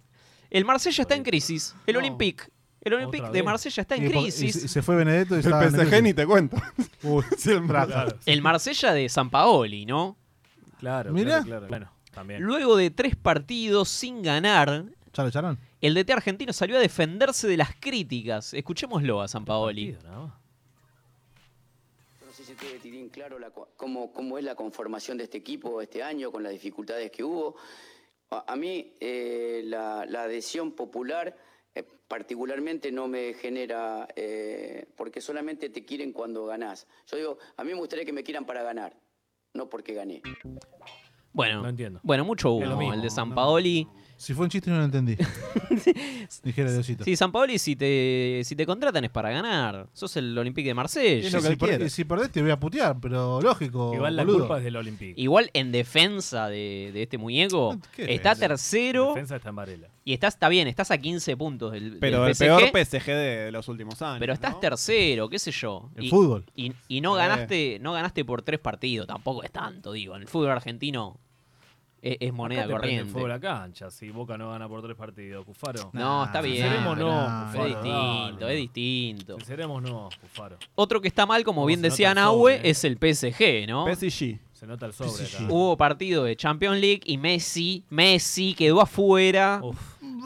Speaker 1: El Marsella está en crisis. El Olympique. El Olympique de
Speaker 4: vez.
Speaker 1: Marsella está en
Speaker 2: Y por-
Speaker 1: crisis.
Speaker 2: y se fue Benedetto y
Speaker 4: El
Speaker 2: estaba
Speaker 4: PSG
Speaker 2: Benedetto.
Speaker 4: ni te cuento.
Speaker 2: Uy, traza.
Speaker 1: El Marsella de San Paoli, ¿no?
Speaker 3: Claro,
Speaker 1: Mirá.
Speaker 3: claro, claro. Bueno, también.
Speaker 1: Luego de tres partidos sin ganar, el DT argentino salió a defenderse de las críticas. Escuchémoslo a San Paoli.
Speaker 16: No sé si ustedes tienen claro la co- cómo, cómo es la conformación de este equipo este año, con las dificultades que hubo. A, a mí eh, la, la adhesión popular eh, particularmente no me genera, eh, porque solamente te quieren cuando ganás. Yo digo, a mí me gustaría que me quieran para ganar, no porque gané.
Speaker 1: Bueno,
Speaker 3: entiendo.
Speaker 1: bueno mucho humo el de San Paoli.
Speaker 2: Si fue un chiste no lo entendí. Dijera Diosito.
Speaker 1: Sí, San Paoli, si te, si te contratan es para ganar. Sos el Olympique de Marsella.
Speaker 2: Sí, si, perdés, si perdés te voy a putear, pero lógico.
Speaker 1: Igual
Speaker 2: boludo.
Speaker 1: del Igual en defensa de, de este muñeco,
Speaker 3: ¿Qué
Speaker 1: está
Speaker 3: defensa?
Speaker 1: tercero
Speaker 3: Defensa está en Varela.
Speaker 1: y estás, está bien, estás a 15 puntos del,
Speaker 4: Pero
Speaker 1: del
Speaker 4: el
Speaker 1: PSG,
Speaker 4: peor PSG de los últimos años.
Speaker 1: pero estás tercero, qué sé yo.
Speaker 4: El
Speaker 1: Y-
Speaker 4: fútbol.
Speaker 1: Y, y no
Speaker 4: Eh.
Speaker 1: ganaste no ganaste por tres partidos, tampoco es tanto, digo. En el fútbol argentino eh, es, es moneda
Speaker 3: Acá te prende
Speaker 1: corriente.
Speaker 3: fuego la cancha. Si Boca no gana por tres partidos, Cufaro.
Speaker 1: No, está bien.
Speaker 3: Sinceremos no,
Speaker 1: No,
Speaker 3: Cufaro,
Speaker 1: es distinto,
Speaker 3: dale.
Speaker 1: es distinto.
Speaker 3: Sinceremos no, Cufaro.
Speaker 1: Otro que está mal, como
Speaker 3: Como
Speaker 1: bien
Speaker 3: se nota
Speaker 1: decía
Speaker 3: el
Speaker 1: Nahue,
Speaker 3: sobre, eh.
Speaker 1: es el PSG, ¿no?
Speaker 4: PSG.
Speaker 3: Se nota el sobre acá.
Speaker 1: Hubo partido de Champions League y Messi, Messi quedó afuera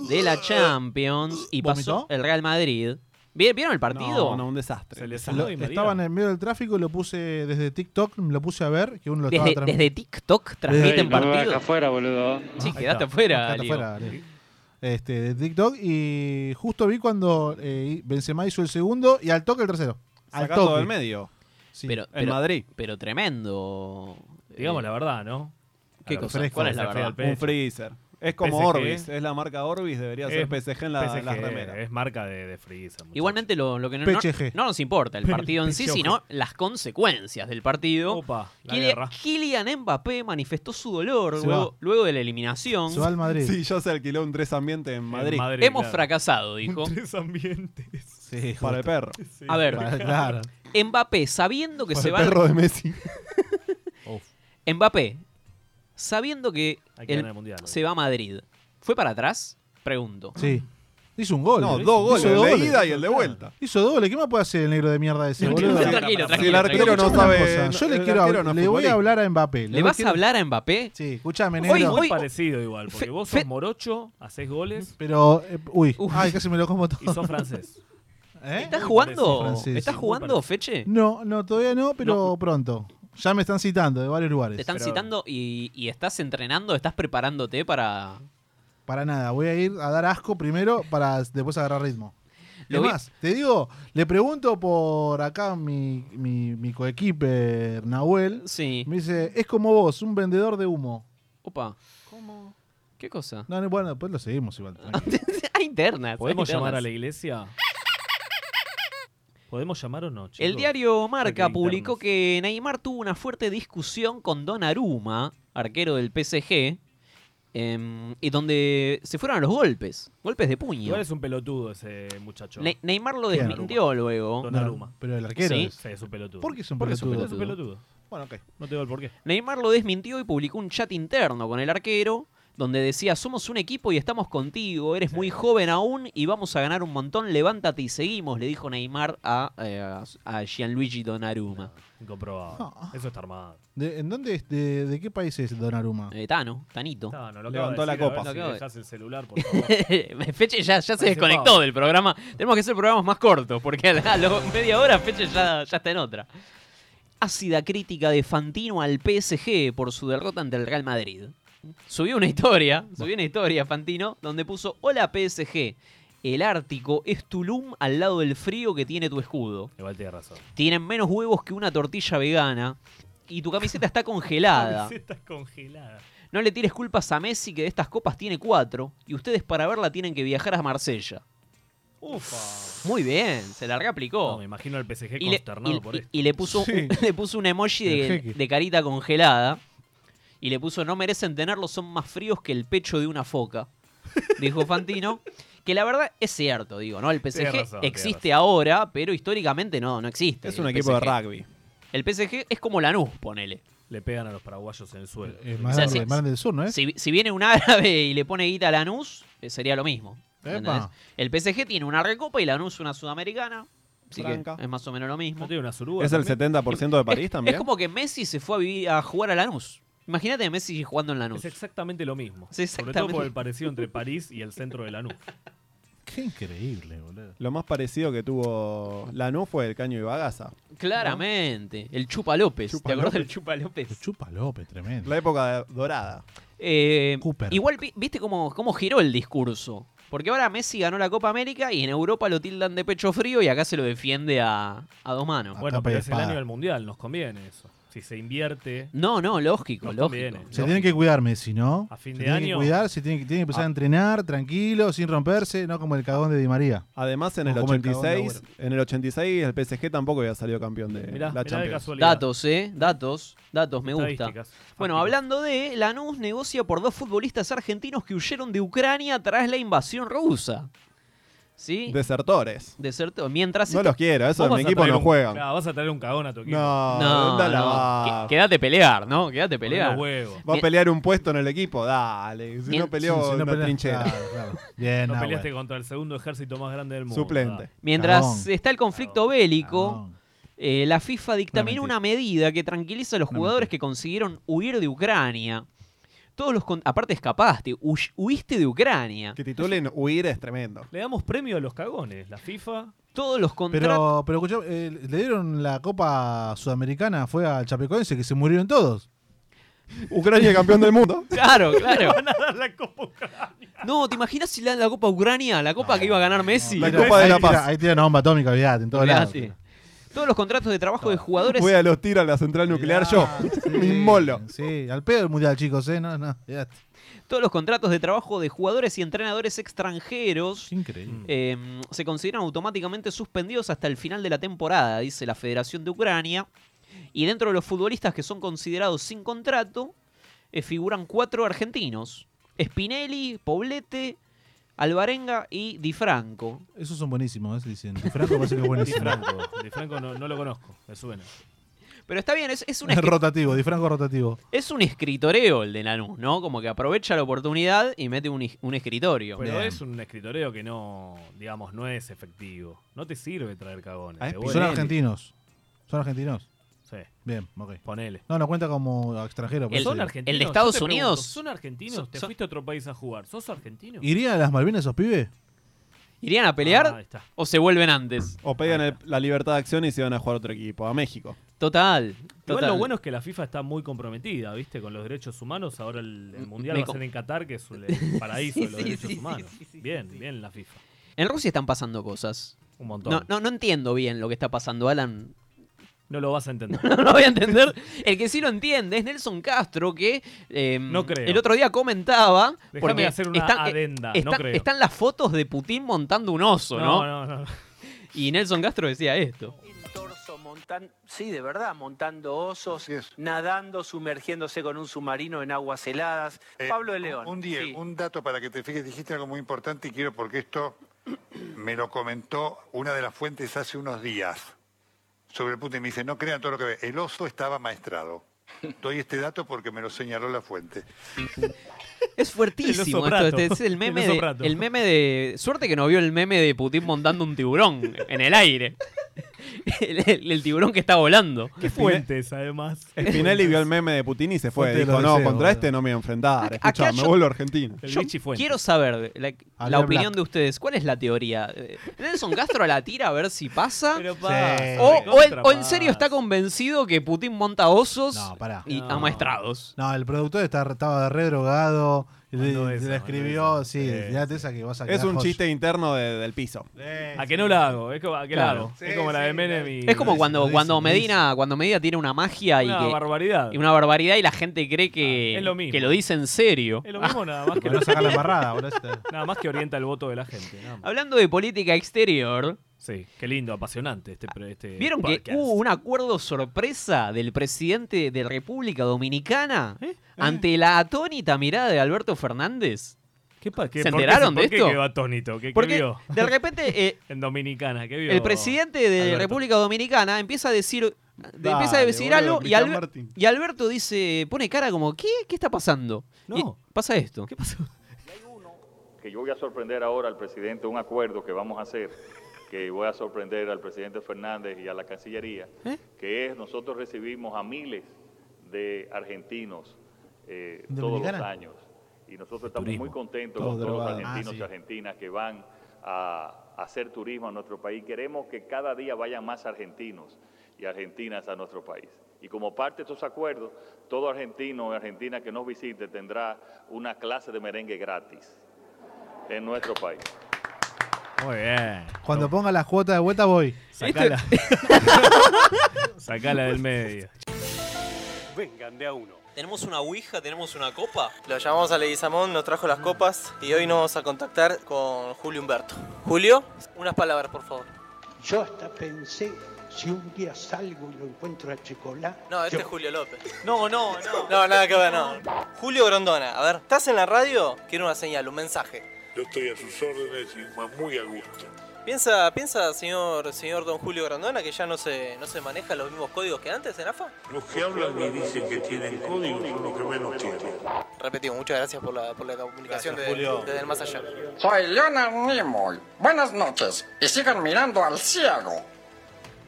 Speaker 1: de la Champions y pasó
Speaker 2: ¿Vomitó?
Speaker 1: el Real Madrid. ¿Vie- ¿Vieron el partido?
Speaker 4: No, no, un desastre.
Speaker 3: Se les
Speaker 2: Lo- estaba en el medio del tráfico y lo puse desde TikTok, lo puse a ver, que uno lo
Speaker 1: Desde,
Speaker 2: estaba transmi-
Speaker 1: desde TikTok transmiten partidos.
Speaker 9: boludo.
Speaker 1: Sí,
Speaker 2: Ahí
Speaker 1: quedaste
Speaker 2: está.
Speaker 1: afuera,
Speaker 2: Quedaste
Speaker 1: Leo.
Speaker 2: afuera, Leo. Este, de TikTok y justo vi cuando eh, Benzema hizo el segundo y al toque el tercero. Al
Speaker 4: Sacá todo
Speaker 2: toque.
Speaker 4: del medio.
Speaker 1: Pero,
Speaker 4: En Madrid.
Speaker 1: Pero tremendo. Eh,
Speaker 3: Digamos la verdad, ¿no?
Speaker 1: ¿Qué
Speaker 3: La
Speaker 1: cosa?
Speaker 3: verdad.
Speaker 1: ¿Cuál es la
Speaker 3: Se fría
Speaker 1: verdad?
Speaker 3: al pecho.
Speaker 4: Un freezer. Es como
Speaker 3: PSG.
Speaker 4: Orbis, es la marca Orbis, debería ser
Speaker 3: Es
Speaker 4: PSG en la,
Speaker 3: PSG,
Speaker 4: las remeras.
Speaker 3: Es marca de, de freezer.
Speaker 1: Igualmente lo, lo que no, no-
Speaker 4: PCG.
Speaker 1: no nos importa el
Speaker 3: Pero
Speaker 1: partido en sí,
Speaker 3: PCG.
Speaker 1: sino las consecuencias del partido.
Speaker 3: Opa, la
Speaker 1: Kyli-
Speaker 3: guerra.
Speaker 1: Kylian Mbappé manifestó su dolor
Speaker 4: Se
Speaker 1: luego,
Speaker 4: va.
Speaker 1: luego de la eliminación.
Speaker 4: Sí, ya se alquiló un tres ambiente en Madrid.
Speaker 1: Hemos fracasado, dijo.
Speaker 3: Tres ambientes.
Speaker 2: Sí,
Speaker 4: para el perro.
Speaker 1: A ver,
Speaker 4: Para- claro.
Speaker 1: Mbappé, sabiendo que
Speaker 4: Para
Speaker 1: se
Speaker 4: el
Speaker 1: va.
Speaker 4: perro de Messi.
Speaker 1: Mbappé, sabiendo que
Speaker 3: Hay que
Speaker 1: él
Speaker 3: ganar el Mundial,
Speaker 1: se va a Madrid, ¿fue para atrás? Pregunto.
Speaker 2: Sí. Hizo un gol.
Speaker 4: Mm. No,
Speaker 2: Hizo
Speaker 4: dos goles, el de
Speaker 2: goles.
Speaker 4: ida y el de vuelta.
Speaker 2: Hizo doble. ¿Qué más puede hacer el negro de mierda ese, boludo?
Speaker 4: tranquilo, tranquilo, Si el arquero tranquilo. no
Speaker 2: Escuchame una
Speaker 4: sabe-
Speaker 2: cosa, Yo
Speaker 4: el
Speaker 2: le, quiero,
Speaker 4: arquero no es
Speaker 2: le voy a
Speaker 4: futbolista.
Speaker 2: hablar a Mbappé.
Speaker 1: ¿Le vas a hablar a Mbappé?
Speaker 2: Sí, escuchame,
Speaker 3: Hoy,
Speaker 2: negro.
Speaker 3: muy parecido igual, porque
Speaker 1: Fe-
Speaker 3: vos
Speaker 1: Fe-
Speaker 3: sos morocho, haces goles
Speaker 2: Pero, eh, uy,
Speaker 1: Uf.
Speaker 2: ay, casi me lo como todo.
Speaker 3: y sos francés.
Speaker 2: ¿Eh?
Speaker 1: ¿Estás
Speaker 3: Muy
Speaker 1: jugando?
Speaker 2: parecido.
Speaker 1: ¿Estás
Speaker 2: Muy
Speaker 1: jugando, Feche?
Speaker 2: No, no, todavía no, pero pronto. Ya me están citando de varios lugares.
Speaker 1: Te están
Speaker 2: Pero-
Speaker 1: citando y, y estás entrenando, estás preparándote para.
Speaker 2: Para nada, voy a ir a dar asco primero para después agarrar ritmo.
Speaker 1: Lo
Speaker 2: Lo
Speaker 1: vi-
Speaker 2: más, te digo, le pregunto por acá mi, mi, mi coequiper Nahuel. Me dice, es como vos, un vendedor de humo.
Speaker 1: Opa. ¿Cómo? ¿Qué cosa?
Speaker 2: No, no, bueno, después lo seguimos igual. tranquilo.
Speaker 1: hay internas. hay
Speaker 3: ¿Podemos
Speaker 1: internas.
Speaker 3: llamar a la iglesia? ¿Podemos llamar o no, chicos?
Speaker 1: El diario Marca
Speaker 3: Hay que
Speaker 1: publicó que Neymar tuvo una fuerte discusión con Donnarumma, arquero del PSG, em, y donde se fueron a los golpes, golpes de puño.
Speaker 3: Igual es un pelotudo ese muchacho.
Speaker 1: Ne- Neymar lo
Speaker 3: ¿Quién?
Speaker 1: desmintió luego.
Speaker 3: Donnarumma.
Speaker 2: Pero el arquero
Speaker 1: Sí.
Speaker 2: es.
Speaker 3: Sí, es un pelotudo.
Speaker 2: ¿Por qué es un
Speaker 3: Porque es un
Speaker 2: pelotudo?
Speaker 3: pelotudo.
Speaker 2: Bueno, ok.
Speaker 3: No te digo el por qué.
Speaker 1: Neymar lo desmintió y publicó un chat interno con el arquero donde decía, somos un equipo y estamos contigo, eres muy joven aún y vamos a ganar un montón, levántate y seguimos, le dijo Neymar a, eh, a Gianluigi Donnarumma.
Speaker 3: Incomprobado. Eso está armado.
Speaker 2: ¿De, ¿En dónde es? ¿De, de qué país es Donaruma?
Speaker 1: Eh, Tano, Tanito.
Speaker 3: Tano, lo acabo de decir, a ver si dejás el celular, por favor.
Speaker 1: Feche ya, ya se
Speaker 3: Parece
Speaker 1: desconectó
Speaker 3: pavo.
Speaker 1: del programa. Tenemos que hacer programas más cortos, porque a la, a la media hora Feche ya, ya está en otra. Ácida crítica de Fantino al PSG por su derrota ante el Real Madrid. Subió una historia, subió una historia Fantino, donde puso, hola PSG, el Ártico es Tulum al lado del frío que tiene tu escudo.
Speaker 3: Igual tiene razón.
Speaker 1: Tienen menos huevos que una tortilla vegana y tu camiseta está congelada.
Speaker 3: Camisetas congeladas.
Speaker 1: No le tires culpas a Messi que de estas copas tiene cuatro y ustedes para verla tienen que viajar a Marsella.
Speaker 3: Ufa.
Speaker 1: Muy bien, se la reaplicó.
Speaker 3: No, me imagino al PSG
Speaker 1: y le,
Speaker 3: consternado
Speaker 1: y-
Speaker 3: por
Speaker 1: y-
Speaker 3: esto.
Speaker 1: y le puso,
Speaker 3: Sí.
Speaker 1: le puso un emoji
Speaker 3: El
Speaker 1: de,
Speaker 3: jeque.
Speaker 1: de carita congelada y le puso no merecen tenerlo, son más fríos que el pecho de una foca. Dijo Fantino. Que la verdad es cierto, digo, ¿no? El PSG
Speaker 4: Tiene razón, tiene
Speaker 1: existe ahora, pero históricamente no, no existe.
Speaker 4: Es un
Speaker 1: el
Speaker 4: equipo de
Speaker 1: PSG.
Speaker 4: rugby.
Speaker 1: El PSG es como Lanús, ponele.
Speaker 3: Le pegan a los paraguayos en el suelo.
Speaker 4: Eh,
Speaker 2: eh, Más,
Speaker 1: O sea,
Speaker 2: grande-
Speaker 1: sí.
Speaker 2: más grande del sur, ¿no es?
Speaker 1: Si, si viene un árabe y le pone guita a Lanús, eh, sería lo mismo. ¿entendés?
Speaker 2: Epa.
Speaker 1: El PSG tiene una recopa y Lanús una sudamericana. Así que
Speaker 4: Tranca.
Speaker 1: es más o menos lo mismo.
Speaker 3: tiene una suruga
Speaker 4: ¿Es el 70% de París también?
Speaker 1: Es como que Messi se fue a, vivir- a jugar a Lanús. Imagínate a Messi jugando en Lanús.
Speaker 3: Es exactamente lo mismo.
Speaker 1: Sí,
Speaker 3: Sobre todo
Speaker 1: exactamente.
Speaker 3: por el parecido entre París y el centro de Lanús.
Speaker 2: Qué increíble, boludo.
Speaker 4: Lo más parecido que tuvo Lanús fue el Caño y Bagaza.
Speaker 1: Claramente. El Chupa López.
Speaker 4: Chupa
Speaker 1: ¿Te acordás del
Speaker 4: López.
Speaker 1: Chupa López?
Speaker 2: Chupa López, tremendo.
Speaker 4: La época dorada.
Speaker 1: Eh,
Speaker 2: Cooper.
Speaker 1: Igual vi- viste cómo, cómo giró el discurso. Porque ahora Messi ganó la Copa América y en Europa lo tildan de pecho frío y acá se lo defiende a, a dos manos.
Speaker 3: Bueno, pero es el año del mundial, nos conviene eso. si se invierte.
Speaker 1: No, no, lógico,
Speaker 3: Nos
Speaker 1: lógico.
Speaker 3: conviene.
Speaker 2: Se tienen que cuidar Messi, ¿no?
Speaker 3: A fin
Speaker 2: se
Speaker 3: de
Speaker 2: tienen que
Speaker 3: año.
Speaker 2: cuidar, se tienen que, tienen que
Speaker 1: Ah.
Speaker 2: empezar a entrenar tranquilo, sin romperse, no como el cagón de Di María.
Speaker 4: Además, en el
Speaker 2: O como el cagón de
Speaker 4: 86, en el 86 el PSG tampoco había salido campeón de la Champions.
Speaker 1: Datos, ¿eh? Datos, datos, me gusta.
Speaker 4: Estadísticas,
Speaker 1: Bueno, hablando de, Lanús negocia por dos futbolistas argentinos que huyeron de Ucrania tras la invasión rusa. ¿Sí?
Speaker 4: Desertores.
Speaker 1: Desertores. Mientras...
Speaker 4: No
Speaker 1: esto-
Speaker 4: los quiero, eso
Speaker 1: Vos
Speaker 4: en mi
Speaker 1: vas a
Speaker 4: equipo
Speaker 1: traer
Speaker 4: no
Speaker 1: un-
Speaker 4: juegan.
Speaker 3: Claro, vas a traer un cagón a tu equipo.
Speaker 4: No,
Speaker 1: No,
Speaker 4: anda la
Speaker 1: no.
Speaker 4: va.
Speaker 1: Qu- quédate a pelear, ¿no? Quédate a pelear.
Speaker 4: Va a
Speaker 1: Mi-
Speaker 4: pelear un puesto en el equipo, dale. Si
Speaker 1: Bien.
Speaker 4: no peleó,
Speaker 1: Sí, si no
Speaker 4: en la
Speaker 1: peleas,
Speaker 4: trinchera.
Speaker 1: claro, claro. Bien,
Speaker 3: no
Speaker 1: Nahuel.
Speaker 3: peleaste contra el segundo ejército más grande del mundo.
Speaker 4: Suplente.
Speaker 3: Ah.
Speaker 1: Mientras está el conflicto bélico, eh, la FIFA dictaminó una medida que tranquiliza a los jugadores que consiguieron huir de Ucrania. Todos los con- aparte escapaste, huy- huiste de Ucrania.
Speaker 4: Que titulen huir es tremendo.
Speaker 3: Le damos premio a los cagones, la FIFA.
Speaker 1: Todos los contratos.
Speaker 2: Pero, pero escuchá, eh, le dieron la Copa Sudamericana, fue al Chapecoense, que se murieron todos.
Speaker 4: Ucrania campeón del mundo.
Speaker 1: Claro, claro.
Speaker 3: Van a dar la Copa Ucrania.
Speaker 1: No, ¿te imaginas si le dan la Copa a Ucrania? La Copa que iba a ganar Messi.
Speaker 2: Ahí tira- ahí tira- Ahí tiran una bomba atómica, olvidate, en todos lados.
Speaker 1: Olvidate. Todos los contratos de trabajo de jugadores.
Speaker 4: Voy a los tiros a la central nuclear yo.
Speaker 3: Ah,
Speaker 4: Me inmolo.
Speaker 2: Sí, al pedo el mundial, chicos, ¿eh? No, no, olvidate.
Speaker 1: Todos los contratos de trabajo de jugadores y entrenadores extranjeros
Speaker 3: Mm.
Speaker 1: eh, se consideran automáticamente suspendidos hasta el final de la temporada, dice la Federación de Ucrania. Y dentro de los futbolistas que son considerados sin contrato, eh, figuran cuatro argentinos. Spinelli, Poblete, Alvarenga y Di Franco.
Speaker 2: Esos son buenísimos, ¿eh? dicen. Franco parece que es
Speaker 3: Di
Speaker 2: buenísimo.
Speaker 3: Franco, Di Franco no, no lo conozco, me suena.
Speaker 1: Pero está bien, es, es un
Speaker 2: Es
Speaker 1: escri-
Speaker 2: rotativo, Di Franco rotativo.
Speaker 1: es un escritoreo el de Lanús, ¿no? Como que aprovecha la oportunidad y mete un, is- un escritorio.
Speaker 3: Pero es un escritoreo que no, digamos, no es efectivo. No te sirve traer cagones.
Speaker 2: Ah,
Speaker 3: de
Speaker 2: Son
Speaker 3: vuelta.
Speaker 2: argentinos. Son argentinos.
Speaker 3: Sí.
Speaker 2: Bien, ok.
Speaker 3: Ponele.
Speaker 2: No, no cuenta como extranjero. pues. por eso
Speaker 3: ¿Son
Speaker 2: digo.
Speaker 3: argentinos?
Speaker 1: el de Estados
Speaker 3: Yo te
Speaker 1: Unidos.
Speaker 3: pregunto, ¿Son argentinos?
Speaker 1: Son-
Speaker 3: ¿Te
Speaker 1: son-
Speaker 3: fuiste a otro país a jugar? ¿Sos argentino?
Speaker 2: ¿Irían a las Malvinas esos pibes?
Speaker 1: ¿Irían a pelear
Speaker 3: Ah, ahí está.
Speaker 1: o se vuelven antes?
Speaker 4: O pegan el- la libertad de acción y se van a jugar a otro equipo, a México.
Speaker 1: Total.
Speaker 3: Igual
Speaker 1: total.
Speaker 3: lo bueno es que la FIFA está muy comprometida, ¿viste? Con los derechos humanos. Ahora el, el Mundial
Speaker 1: me
Speaker 3: va a
Speaker 1: co-
Speaker 3: ser en Qatar, que es un- el paraíso
Speaker 1: Sí,
Speaker 3: de los
Speaker 1: sí,
Speaker 3: derechos
Speaker 1: sí, sí,
Speaker 3: humanos. bien, bien la FIFA.
Speaker 1: En Rusia están pasando cosas.
Speaker 3: Un montón.
Speaker 1: No,
Speaker 3: No,
Speaker 1: no, no entiendo bien lo que está pasando, Alan.
Speaker 3: lo vas a entender.
Speaker 1: No lo voy a entender. El que sí lo entiende es Nelson Castro, que eh,
Speaker 3: creo.
Speaker 1: el otro día comentaba.
Speaker 3: Déjame
Speaker 1: porque
Speaker 3: hacer una
Speaker 1: están, eh,
Speaker 3: adenda, no
Speaker 1: están-
Speaker 3: creo.
Speaker 1: están las fotos de Putin montando un oso, ¿no?
Speaker 3: No, no, no.
Speaker 1: Y Nelson Castro decía esto.
Speaker 17: torso montan, sí, de verdad, montando osos, nadando, sumergiéndose con un submarino en aguas heladas. Pablo de León.
Speaker 18: Eh, Un, día, un dato para que te fijes, dijiste algo muy importante y quiero porque esto me lo comentó una de las fuentes hace unos días sobre el Putin. Me dice, no crean todo lo que ve. El oso estaba maestrado. Doy este dato porque me lo señaló la fuente.
Speaker 1: Es fuertísimo
Speaker 18: El oso
Speaker 1: esto.
Speaker 18: Prato.
Speaker 1: este es el meme,
Speaker 18: El oso
Speaker 1: de,
Speaker 18: Prato.
Speaker 1: el meme de. Suerte que no vio el meme de Putin montando un tiburón en el aire. El, el- el tiburón que está volando.
Speaker 3: ¿Qué fuentes, además?
Speaker 4: Spinelli vio el meme de Putin y se fue.
Speaker 2: Fuente de
Speaker 4: Dijo,
Speaker 2: los
Speaker 4: no,
Speaker 2: deseos,
Speaker 4: contra
Speaker 2: boludo.
Speaker 4: este no me voy a enfrentar.
Speaker 1: Acá
Speaker 4: Escucha, me
Speaker 1: yo-
Speaker 4: vuelvo a Argentina.
Speaker 1: Yo quiero saber la, la
Speaker 4: Black.
Speaker 1: opinión de ustedes. ¿Cuál es la teoría? Eh, ¿Nelson Castro la tira a ver si pasa?
Speaker 3: pasa,
Speaker 1: o, o en,
Speaker 3: recontra
Speaker 1: o en serio está convencido que Putin monta osos
Speaker 2: No, pará.
Speaker 1: y
Speaker 2: No.
Speaker 1: amaestrados?
Speaker 2: No, el productor está, estaba re drogado. Le,
Speaker 3: Mandó esa,
Speaker 2: le escribió, sí,
Speaker 4: Sí,
Speaker 2: ya te esa que vas a
Speaker 4: Es
Speaker 2: quedar
Speaker 4: un
Speaker 2: joya.
Speaker 4: chiste interno de- del piso.
Speaker 3: ¿A que no la hago? Es como, ¿A que la
Speaker 1: Claro.
Speaker 3: hago? Ah, es como la de Menem y...
Speaker 1: Es como cuando,
Speaker 3: Lo
Speaker 1: cuando
Speaker 3: dicen, lo dicen.
Speaker 1: Medina, cuando Medina tiene una magia y
Speaker 3: Una
Speaker 1: que-
Speaker 3: barbaridad.
Speaker 1: y una barbaridad y la gente cree que,
Speaker 3: Ah, es lo mismo.
Speaker 1: que lo dice en serio.
Speaker 3: Es lo mismo nada más que...
Speaker 2: Para no sacar la embarrada, boludo, este.
Speaker 3: Nada más que orienta el voto de la gente. nada más.
Speaker 1: Hablando de política exterior,
Speaker 3: Sí, qué lindo, apasionante este... pre- este
Speaker 1: ¿vieron que
Speaker 3: podcast.
Speaker 1: hubo un acuerdo sorpresa del presidente de República Dominicana
Speaker 2: ¿Eh?
Speaker 1: ante la atónita mirada de Alberto Fernández?
Speaker 3: ¿Qué, pa- qué-
Speaker 1: ¿Se
Speaker 3: por qué-
Speaker 1: enteraron de
Speaker 3: por qué
Speaker 1: esto?
Speaker 3: quedó atónito? ¿Qué, qué
Speaker 1: Porque
Speaker 3: vio?
Speaker 1: de repente eh,
Speaker 3: en Dominicana, ¿qué vio?
Speaker 1: el presidente de
Speaker 3: Alberto?
Speaker 1: República Dominicana empieza a decir, de-
Speaker 3: Dale,
Speaker 1: empieza a decir
Speaker 3: boludo,
Speaker 1: algo y,
Speaker 3: Cristian
Speaker 1: Albe-
Speaker 3: Martín.
Speaker 1: y Alberto dice, pone cara como, ¿qué? ¿Qué está pasando?
Speaker 19: No.
Speaker 1: Y pasa esto. ¿Qué pasó?
Speaker 19: que yo voy a sorprender ahora al presidente, un acuerdo que vamos a hacer, que voy a sorprender al presidente Fernández y a la Cancillería, que es nosotros recibimos a miles de argentinos eh, todos los
Speaker 20: ¿Dominicana?
Speaker 19: años. Y nosotros estamos
Speaker 20: Turismo.
Speaker 19: muy contentos
Speaker 20: Todos
Speaker 19: con todos los
Speaker 20: drogados. Ah,
Speaker 19: argentinos
Speaker 20: sí.
Speaker 19: y argentinas que van a hacer turismo a nuestro país. Queremos que cada día vayan más argentinos y argentinas a nuestro país. Y como parte de estos acuerdos, todo argentino o argentina que nos visite tendrá una clase de merengue gratis en nuestro país.
Speaker 3: Muy bien.
Speaker 2: Cuando ponga las cuotas de vuelta voy.
Speaker 3: Sacala. Sacala del medio.
Speaker 13: vengan de a uno.
Speaker 20: ¿Tenemos una ouija? ¿Tenemos una copa?
Speaker 21: Lo llamamos a Leguizamón, nos trajo las copas y hoy nos vamos a contactar con Julio Humberto. Julio, unas palabras, por favor.
Speaker 22: Yo hasta pensé, si un día salgo y lo encuentro a Chicolá.
Speaker 21: No, este
Speaker 22: yo-
Speaker 21: es Julio López. No, no, no. No, nada que ver, no. Julio Grondona, a ver, ¿estás en la radio? Quiero una señal, un mensaje.
Speaker 13: Yo estoy a sus órdenes y muy a gusto.
Speaker 21: ¿Piensa, piensa señor, señor don Julio Grondona, que ya no se, no se maneja los mismos códigos que antes en AFA?
Speaker 13: Los que hablan y dicen que tienen código son los que menos tienen.
Speaker 21: Repetimos, muchas gracias por la, por la comunicación
Speaker 13: Gracias,
Speaker 21: de-
Speaker 13: Julio.
Speaker 21: desde el más allá.
Speaker 23: Soy Leonard Nimoy. Buenas noches y sigan mirando al cielo.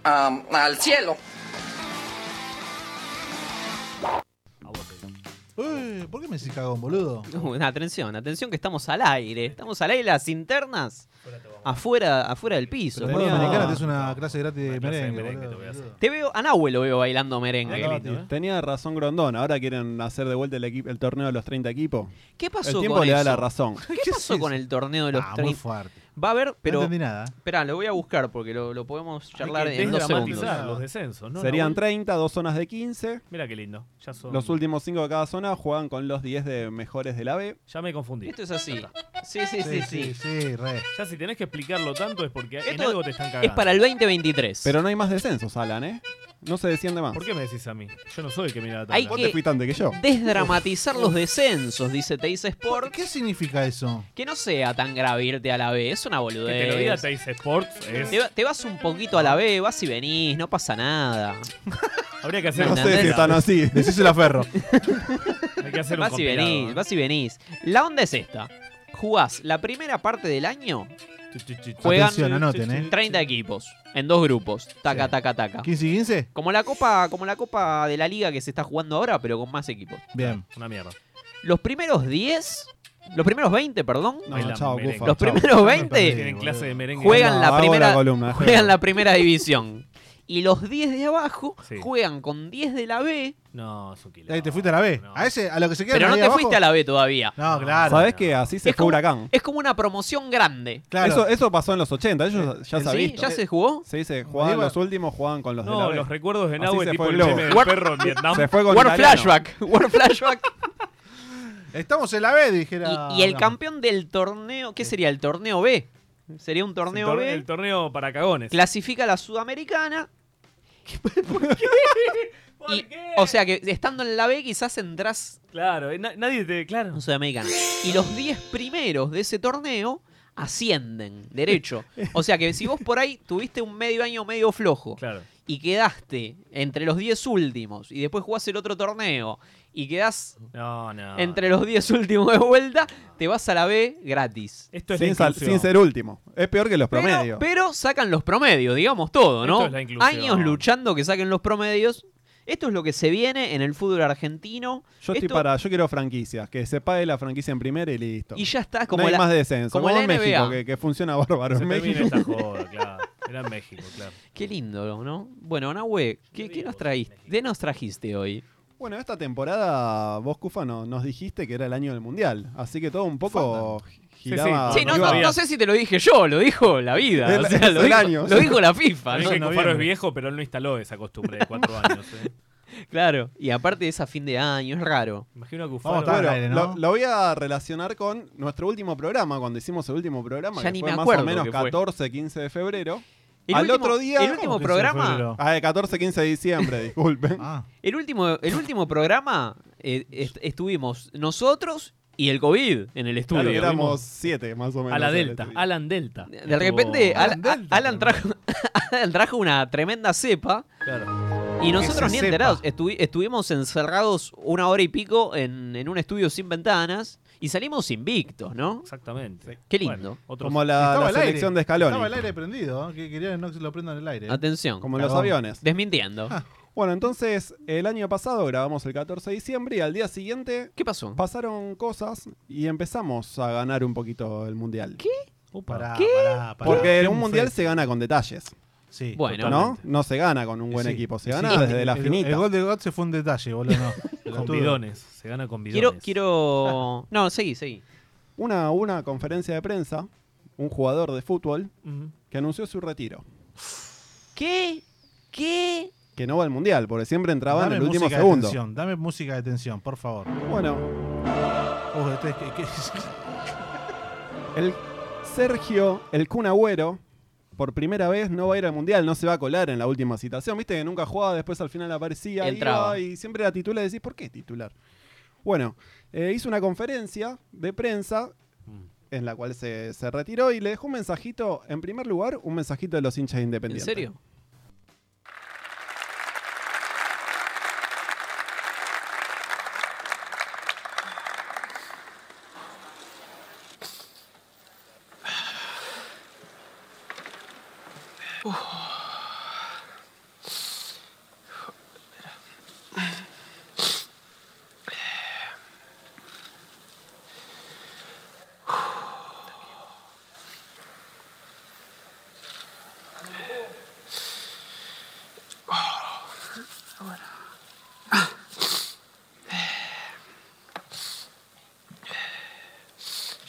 Speaker 23: Am, al cielo.
Speaker 2: Uy, ¿Por qué me decís cagón, boludo?
Speaker 1: Uh, atención, atención que estamos al aire. Estamos al aire las internas. Afuera, afuera del piso.
Speaker 2: Pero en
Speaker 1: boludo.
Speaker 2: Dominicana te es una clase gratis de merengue. boludo.
Speaker 1: Te veo, a Nahue lo veo bailando merengue.
Speaker 2: ¿eh?
Speaker 4: Tenía razón Grondón, ahora quieren hacer de vuelta el, equipo, el torneo de los 30 equipos.
Speaker 1: ¿Qué
Speaker 4: El
Speaker 1: pasó
Speaker 4: tiempo
Speaker 1: con
Speaker 4: le da
Speaker 1: eso?
Speaker 4: la razón.
Speaker 1: ¿Qué, pasó con el torneo de los
Speaker 4: Ah,
Speaker 1: 30?
Speaker 4: muy fuerte.
Speaker 1: Va a haber, pero.
Speaker 4: entendí nada.
Speaker 1: Espera, lo voy a buscar porque lo, lo podemos charlar
Speaker 3: que
Speaker 1: en dos segundos.
Speaker 3: desdramatizar los descensos, ¿no?
Speaker 4: Serían
Speaker 3: Raúl?
Speaker 4: 30, dos zonas de 15.
Speaker 3: Mira qué lindo. Ya son.
Speaker 4: Los últimos 5 de cada zona juegan con los 10 de mejores de la B.
Speaker 3: Ya me confundí.
Speaker 1: Esto es así. Sí, sí, sí, sí.
Speaker 3: Ya si tenés que explicarlo tanto es porque en
Speaker 1: Esto
Speaker 3: algo te están cagando.
Speaker 1: Es para el 2023.
Speaker 4: Pero no hay más descensos, Alan, ¿eh? No se desciende más.
Speaker 3: ¿Por qué me decís a mí? Yo no soy el que mira la tabla.
Speaker 1: Hay
Speaker 4: Vos te
Speaker 1: que
Speaker 4: fuiste antes que yo.
Speaker 1: desdramatizar los descensos, dice Teis Sport.
Speaker 2: ¿Qué significa eso?
Speaker 1: Que no sea tan grave irte a la B, es una
Speaker 3: Que te lo diga
Speaker 1: boludez.
Speaker 3: Teis Sports es-
Speaker 1: Te, va- te vas un poquito a la B, vas y venís, no pasa nada.
Speaker 3: Habría que hacer
Speaker 4: No sé si están así.
Speaker 2: Decíselo a Ferro.
Speaker 3: Hay que hacer un
Speaker 1: vas y
Speaker 3: compilado,
Speaker 1: venís,
Speaker 3: ¿eh?
Speaker 1: vas y venís. La onda es esta. Jugás la primera parte del año, juegan
Speaker 2: Atención, anoten, ¿eh?
Speaker 1: 30 equipos en dos grupos. Taca, taca, taca.
Speaker 2: 15 y 15.
Speaker 1: Como la copa, como la copa de la liga que se está jugando ahora, pero con más equipos.
Speaker 2: Bien.
Speaker 3: Una mierda.
Speaker 1: Los primeros 10, los primeros 20, perdón.
Speaker 3: No, Bailan chao,
Speaker 1: los
Speaker 3: merengue. Cufa, chao.
Speaker 1: primeros
Speaker 3: Tienen
Speaker 1: 20
Speaker 3: clase de merengue.
Speaker 1: juegan
Speaker 3: No,
Speaker 1: la
Speaker 3: hago la
Speaker 1: primera
Speaker 3: columna,
Speaker 1: juegan
Speaker 3: déjalo.
Speaker 1: la primera división. Y los 10 de abajo juegan con 10 de la B.
Speaker 3: No, es un kilo.
Speaker 2: Ahí te fuiste a la B. a ese, a lo que se queda
Speaker 1: Pero no te fuiste a la B todavía.
Speaker 2: No, claro.
Speaker 4: ¿Sabés que así se fue Huracán?
Speaker 1: Es como una promoción grande.
Speaker 4: Eso, eso pasó en los 80, ellos ya
Speaker 1: ¿Sí?
Speaker 4: sabían.
Speaker 1: ¿Ya se jugó?
Speaker 4: Sí, se jugaban
Speaker 1: Iba-
Speaker 4: los últimos, jugaban con los de
Speaker 3: No,
Speaker 4: la B.
Speaker 3: los recuerdos de
Speaker 4: Así
Speaker 3: Nahue,
Speaker 4: se
Speaker 3: tipo
Speaker 4: fue
Speaker 3: el
Speaker 4: globo.
Speaker 3: meme del War- perro en Vietnam.
Speaker 4: Se fue con
Speaker 1: War
Speaker 4: italiano.
Speaker 1: flashback. War flashback.
Speaker 2: Estamos en la B, dijera.
Speaker 1: Y, y el
Speaker 2: Abraham.
Speaker 1: campeón del torneo, ¿qué sería? El torneo B. Sería un torneo
Speaker 3: El tor-
Speaker 1: B.
Speaker 3: El torneo para cagones.
Speaker 1: Clasifica a la Sudamericana. Y, o sea que estando en la B quizás entras.
Speaker 3: Claro, eh, nadie te. Claro.
Speaker 1: Sudamericana. Y los 10 primeros de ese torneo ascienden, derecho. O sea que si vos por ahí tuviste un medio año medio flojo y quedaste entre los 10 últimos y después jugás el otro torneo y quedás
Speaker 3: No, no.
Speaker 1: entre los 10 últimos de vuelta, te vas a la B gratis.
Speaker 3: Esto
Speaker 4: sin, sal- sin ser último. Es peor que los
Speaker 1: Pero-
Speaker 4: promedios.
Speaker 1: Pero, sacan los promedios, digamos todo, ¿no?
Speaker 4: Esto es la inclusión.
Speaker 1: Años luchando que saquen los promedios. Esto es lo que se viene en el fútbol argentino.
Speaker 4: yo estoy
Speaker 1: Esto-
Speaker 4: para, yo quiero franquicias, que se pague la franquicia en primera y listo.
Speaker 1: Y ya está, como
Speaker 4: no hay
Speaker 1: la-
Speaker 4: más descenso.
Speaker 1: como
Speaker 4: Como,
Speaker 1: la
Speaker 4: en
Speaker 1: NBA.
Speaker 4: México, que, que funciona bárbaro.
Speaker 1: Se
Speaker 4: en
Speaker 1: termina
Speaker 4: México.
Speaker 1: esta joda,
Speaker 3: claro. Era en México, claro.
Speaker 1: Qué lindo, ¿no? Bueno, Nahue, ¿qué, qué nos trajiste? ¿Qué nos trajiste hoy?
Speaker 4: Bueno, esta temporada vos, Cufa, no- nos dijiste que era el año del Mundial. Así que todo un poco giraba.
Speaker 1: Sí, no,
Speaker 4: iba-
Speaker 1: no- no sé si te lo dije yo, lo dijo la vida.
Speaker 4: El-
Speaker 1: o sea,
Speaker 4: es
Speaker 1: lo,
Speaker 4: el
Speaker 1: dijo,
Speaker 4: año.
Speaker 1: lo dijo la FIFA.
Speaker 3: También
Speaker 1: ¿no?
Speaker 3: que Cufaro es viejo, pero él no instaló esa costumbre de cuatro años. eh.
Speaker 1: Claro, y aparte es a fin de año, es raro.
Speaker 3: Imagino a Cufaro.
Speaker 4: Vamos, bueno, lo, lo voy a relacionar con nuestro último programa, cuando hicimos el último programa,
Speaker 1: Ya
Speaker 4: que
Speaker 1: ni
Speaker 4: fue
Speaker 1: me
Speaker 4: más
Speaker 1: acuerdo
Speaker 4: o menos
Speaker 1: qué fue.
Speaker 4: 14, 15 de febrero.
Speaker 1: El
Speaker 4: Al
Speaker 1: último-
Speaker 4: otro día.
Speaker 1: el último ¿Cómo 15 de programa? febrero?
Speaker 4: Ah, de 14, 15 de diciembre, disculpen.
Speaker 1: El último, el último programa eh, est- estuvimos nosotros y el COVID en el estudio.
Speaker 4: Claro, éramos 7 más o menos.
Speaker 1: A la Delta,
Speaker 3: Alan Delta.
Speaker 1: De repente, Al- Alan, trajo, Alan trajo una tremenda cepa. Y nosotros ni
Speaker 3: Esa
Speaker 1: enterados. Estuvi- estuvimos encerrados una hora y pico en, en un estudio sin ventanas y salimos invictos, ¿no?
Speaker 3: Exactamente.
Speaker 1: Qué lindo.
Speaker 4: Como la,
Speaker 2: Estaba
Speaker 4: la
Speaker 2: al aire.
Speaker 4: selección de Scaloni.
Speaker 2: Estaba el aire prendido, ¿eh? que querían no que lo prendan el aire. Ah,
Speaker 1: Atención.
Speaker 4: Como los aviones.
Speaker 1: Desmintiendo.
Speaker 4: Bueno, entonces el año pasado grabamos el 14 de diciembre y al día siguiente.
Speaker 1: ¿Qué pasó?
Speaker 4: Pasaron cosas y empezamos a ganar un poquito el mundial. ¿Qué?
Speaker 2: Pará,
Speaker 1: ¿Qué?
Speaker 2: Ah, pará, pará.
Speaker 4: Porque en un
Speaker 2: Triunfé.
Speaker 4: mundial se gana con detalles.
Speaker 2: Sí.
Speaker 1: Bueno.
Speaker 4: ¿no? No se gana con un buen
Speaker 2: Sí,
Speaker 4: equipo, se
Speaker 2: sí,
Speaker 4: gana
Speaker 2: sí.
Speaker 4: desde la
Speaker 2: El-
Speaker 4: finita.
Speaker 2: El gol de God se fue un detalle, boludo. No.
Speaker 3: Con bidones. Se gana con bidones.
Speaker 1: Quiero,
Speaker 4: Ah,
Speaker 1: quiero. No, seguí, seguí.
Speaker 4: Una, una conferencia de prensa, un jugador de fútbol
Speaker 3: Ujú.
Speaker 4: que anunció su retiro.
Speaker 1: ¿Qué? ¿Qué?
Speaker 4: que no va al mundial, porque siempre entraba en
Speaker 2: Dame
Speaker 4: el último
Speaker 2: música de
Speaker 4: segundo.
Speaker 2: tensión, dame música de tensión, por favor.
Speaker 4: Bueno.
Speaker 2: Uy, este- que- que-
Speaker 4: El Sergio, el Kun Agüero, por primera vez no va a ir al mundial, no se va a colar en la última citación. Viste que nunca jugaba, después al final aparecía,
Speaker 1: Entraba.
Speaker 4: iba y siempre era titular. Decís, ¿por qué titular? Bueno, eh, hizo una conferencia de prensa
Speaker 1: Mm.
Speaker 4: en la cual se, se retiró y le dejó un mensajito, en primer lugar, un mensajito de los hinchas de
Speaker 1: ¿En
Speaker 4: independientes.
Speaker 1: serio?
Speaker 24: Uf.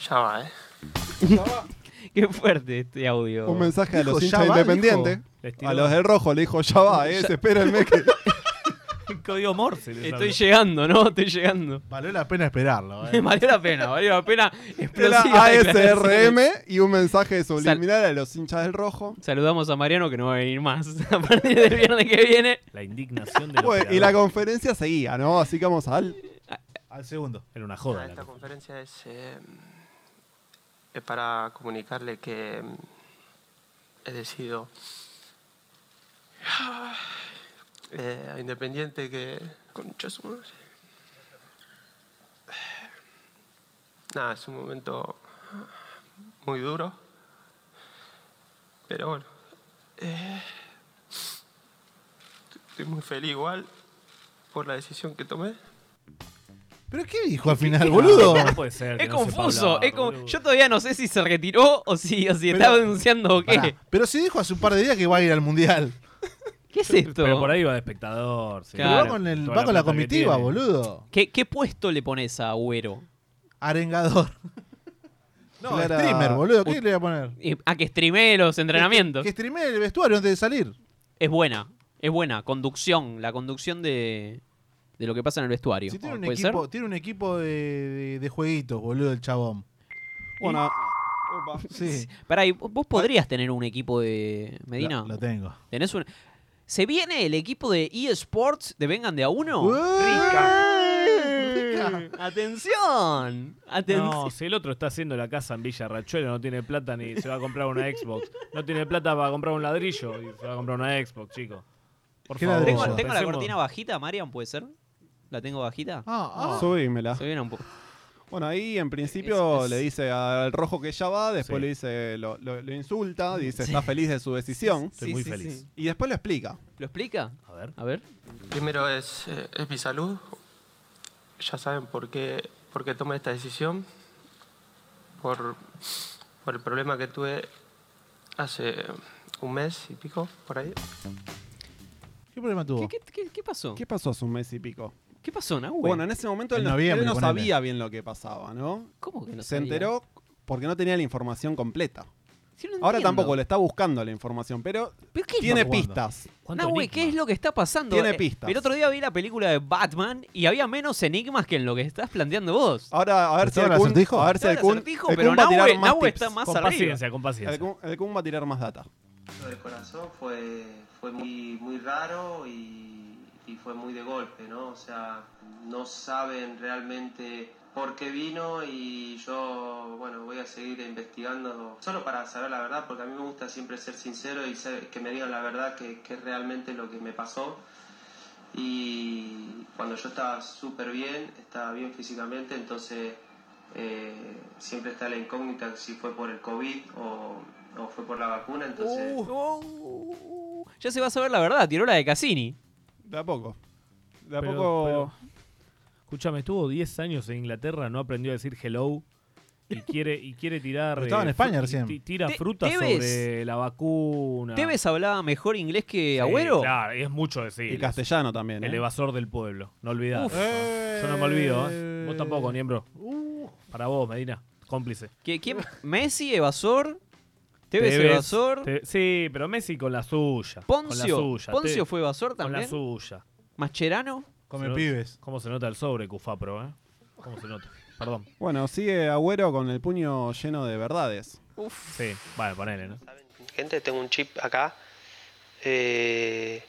Speaker 21: Ya va, ¿eh?
Speaker 1: Qué fuerte este audio.
Speaker 4: Un mensaje a los hinchas de independientes. A los del rojo le dijo, ya va, eh,
Speaker 1: Ya-
Speaker 4: espérenme que...
Speaker 3: Código Morse. les
Speaker 1: Estoy
Speaker 3: hablo.
Speaker 1: llegando, ¿no? Estoy llegando.
Speaker 2: Valió la pena esperarlo.
Speaker 3: eh.
Speaker 1: Me valió la pena, valió la pena.
Speaker 4: Era
Speaker 1: Explosiva
Speaker 4: ASRM
Speaker 1: declaración.
Speaker 4: y un mensaje subliminal a los hinchas del rojo.
Speaker 1: Saludamos a Mariano que no va a venir más. A partir del viernes que viene.
Speaker 3: La indignación de
Speaker 4: Bueno, Pues, y la conferencia seguía, ¿no? Así que vamos al.
Speaker 2: Al segundo.
Speaker 3: Era una
Speaker 21: Ah,
Speaker 3: joda.
Speaker 21: Esta conferencia es, eh, es para comunicarle que mm, he decidido eh, a Independiente que... Concha su madre. Nada, es un momento muy duro, pero bueno. eh, estoy muy feliz igual por la decisión que tomé.
Speaker 2: ¿Pero qué dijo al final, boludo?
Speaker 21: No puede ser que
Speaker 1: Es
Speaker 21: no sepa
Speaker 1: confuso.
Speaker 21: hablar,
Speaker 1: es como- Yo todavía no sé si se retiró o si, o si
Speaker 2: Pero-
Speaker 1: estaba denunciando o qué.
Speaker 2: Pará, pero si dijo hace un par de días que va a ir al mundial.
Speaker 1: ¿Qué es esto?
Speaker 3: Pero por ahí va de espectador. sí.
Speaker 2: Pero va con el-
Speaker 3: Toda
Speaker 2: va con la
Speaker 3: plata que
Speaker 2: comitiva,
Speaker 3: tiene.
Speaker 2: boludo.
Speaker 1: ¿Qué, qué puesto le pones a Agüero?
Speaker 2: Arengador. No,
Speaker 1: Clara-
Speaker 2: streamer, boludo. ¿Qué
Speaker 1: Ut-
Speaker 2: le voy a poner?
Speaker 1: Eh, A que streamee los entrenamientos.
Speaker 2: Que streamee el vestuario antes de salir.
Speaker 1: Es buena. Es buena. Conducción. La conducción de, de lo que pasa en el vestuario.
Speaker 2: Si tiene, un
Speaker 1: ¿Puede ser?
Speaker 2: equipo, tiene un equipo de, de- de jueguitos, boludo, el chabón.
Speaker 4: Bueno.
Speaker 2: Sí.
Speaker 1: Pará, ¿y vos vos podrías tener un equipo de Medina.
Speaker 2: Lo- lo tengo.
Speaker 1: ¿Tenés un... ¿Se viene el equipo de eSports de Vengan de a uno? ¡Atención! Atención.
Speaker 3: No, si el otro está haciendo la casa en Villa Rachuelo, no tiene plata ni se va a comprar una Xbox. No tiene plata para comprar un ladrillo y se va a comprar una Xbox, chico. Por
Speaker 1: ¿Tengo,
Speaker 3: favor.
Speaker 1: tengo la
Speaker 3: pensemos.
Speaker 1: cortina bajita, Marian? ¿Puede ser? ¿La tengo bajita?
Speaker 2: Ah,
Speaker 4: Subímela.
Speaker 1: un poco.
Speaker 4: Bueno, ahí en principio
Speaker 1: Es- es-
Speaker 4: le dice al rojo que ya va, después
Speaker 1: Sí.
Speaker 4: le dice, lo, lo- lo insulta, dice
Speaker 1: Sí.
Speaker 4: está feliz de su decisión.
Speaker 1: Estoy Sí, muy sí, feliz. sí.
Speaker 4: Y después lo explica.
Speaker 1: ¿Lo explica?
Speaker 3: A ver.
Speaker 1: A ver.
Speaker 21: Primero es, eh, es mi salud. Ya saben por qué, por qué tomé esta decisión. Por, por el problema que tuve hace un mes y pico, por ahí.
Speaker 2: ¿Qué problema tuvo?
Speaker 1: ¿Qué, qué- qué pasó?
Speaker 4: ¿Qué pasó hace un mes y pico?
Speaker 1: ¿Qué pasó, Nahue?
Speaker 4: Bueno, en ese momento
Speaker 1: Ah,
Speaker 4: él
Speaker 1: En
Speaker 4: no,
Speaker 1: noviembre,
Speaker 4: él no
Speaker 1: ponele.
Speaker 4: sabía bien lo que pasaba, ¿no?
Speaker 1: ¿Cómo que no
Speaker 4: Se
Speaker 1: sabía?
Speaker 4: enteró porque no tenía la información completa.
Speaker 1: Sí, no
Speaker 4: Ahora
Speaker 1: entiendo.
Speaker 4: tampoco le está buscando la información, pero,
Speaker 1: ¿Pero qué es
Speaker 4: tiene
Speaker 1: lo que-
Speaker 4: pistas.
Speaker 1: Nahue, ¿qué es lo que está pasando?
Speaker 4: Tiene
Speaker 1: Eh,
Speaker 4: pistas.
Speaker 1: El otro día vi la película de Batman y había menos enigmas que en lo que estás planteando vos.
Speaker 4: Ahora, a ver si
Speaker 1: ¿Estaba
Speaker 4: el
Speaker 1: el
Speaker 4: Kun,
Speaker 1: acertijo?
Speaker 4: a ver si
Speaker 1: Estaba
Speaker 4: el
Speaker 1: el
Speaker 4: Kun-
Speaker 1: acertijo,
Speaker 4: el
Speaker 1: pero
Speaker 4: Kun va a tirar
Speaker 1: Nahue-
Speaker 4: más
Speaker 1: Nahue
Speaker 4: tips.
Speaker 1: está más Con arriba. paciencia, con paciencia.
Speaker 4: El Kun, el Kun va a tirar más data.
Speaker 21: Lo del corazón fue, fue muy, muy raro y, y fue muy de golpe, ¿no? O sea, no saben realmente por qué vino y yo, bueno, voy a seguir investigando solo para saber la verdad, porque a mí me gusta siempre ser sincero y ser- que me digan la verdad que, que es realmente lo que me pasó. Y cuando yo estaba súper bien, estaba bien físicamente, entonces eh, siempre está la incógnita si fue por el COVID o, o fue por la vacuna, entonces...
Speaker 1: Ya se va a saber la verdad, tiró la de Cassini.
Speaker 4: De a poco. De a
Speaker 3: Pero-
Speaker 4: poco.
Speaker 3: pero- Escúchame, estuvo 10 años en Inglaterra, no aprendió a decir hello. Y quiere, y quiere tirar.
Speaker 2: Pero estaba en
Speaker 3: eh,
Speaker 2: España
Speaker 3: fru-
Speaker 2: recién.
Speaker 3: ti- Tira
Speaker 1: Te-
Speaker 3: fruta
Speaker 1: Tevez-
Speaker 3: sobre la vacuna.
Speaker 1: ¿Tevez hablaba mejor inglés que
Speaker 3: Sí,
Speaker 1: Agüero?
Speaker 3: Claro, y es mucho decir.
Speaker 4: Y castellano también,
Speaker 3: El
Speaker 4: ¿eh?
Speaker 3: evasor del pueblo, no olvidar.
Speaker 1: Uf.
Speaker 3: Yo no me olvido, ¿eh? Vos tampoco,
Speaker 2: Uh.
Speaker 3: Niembro. Para vos, Medina, cómplice.
Speaker 1: ¿Qué- quién- Messi, evasor, Tevez
Speaker 3: Tevez-
Speaker 1: es Basor.
Speaker 3: Te- sí, pero Messi con la suya. Con la
Speaker 1: Poncio.
Speaker 3: suya.
Speaker 1: Poncio
Speaker 3: Te-
Speaker 1: fue Basor
Speaker 3: Con la
Speaker 1: también.
Speaker 3: suya.
Speaker 1: Mascherano.
Speaker 4: Come
Speaker 3: Se nota-
Speaker 4: pibes.
Speaker 3: ¿Cómo se nota el sobre, Cufapro, eh? ¿Cómo se nota? Perdón.
Speaker 4: Bueno, sigue Agüero con el puño lleno de verdades.
Speaker 3: Sí, vale, ponele, ¿no?
Speaker 21: Gente, tengo un chip acá eh,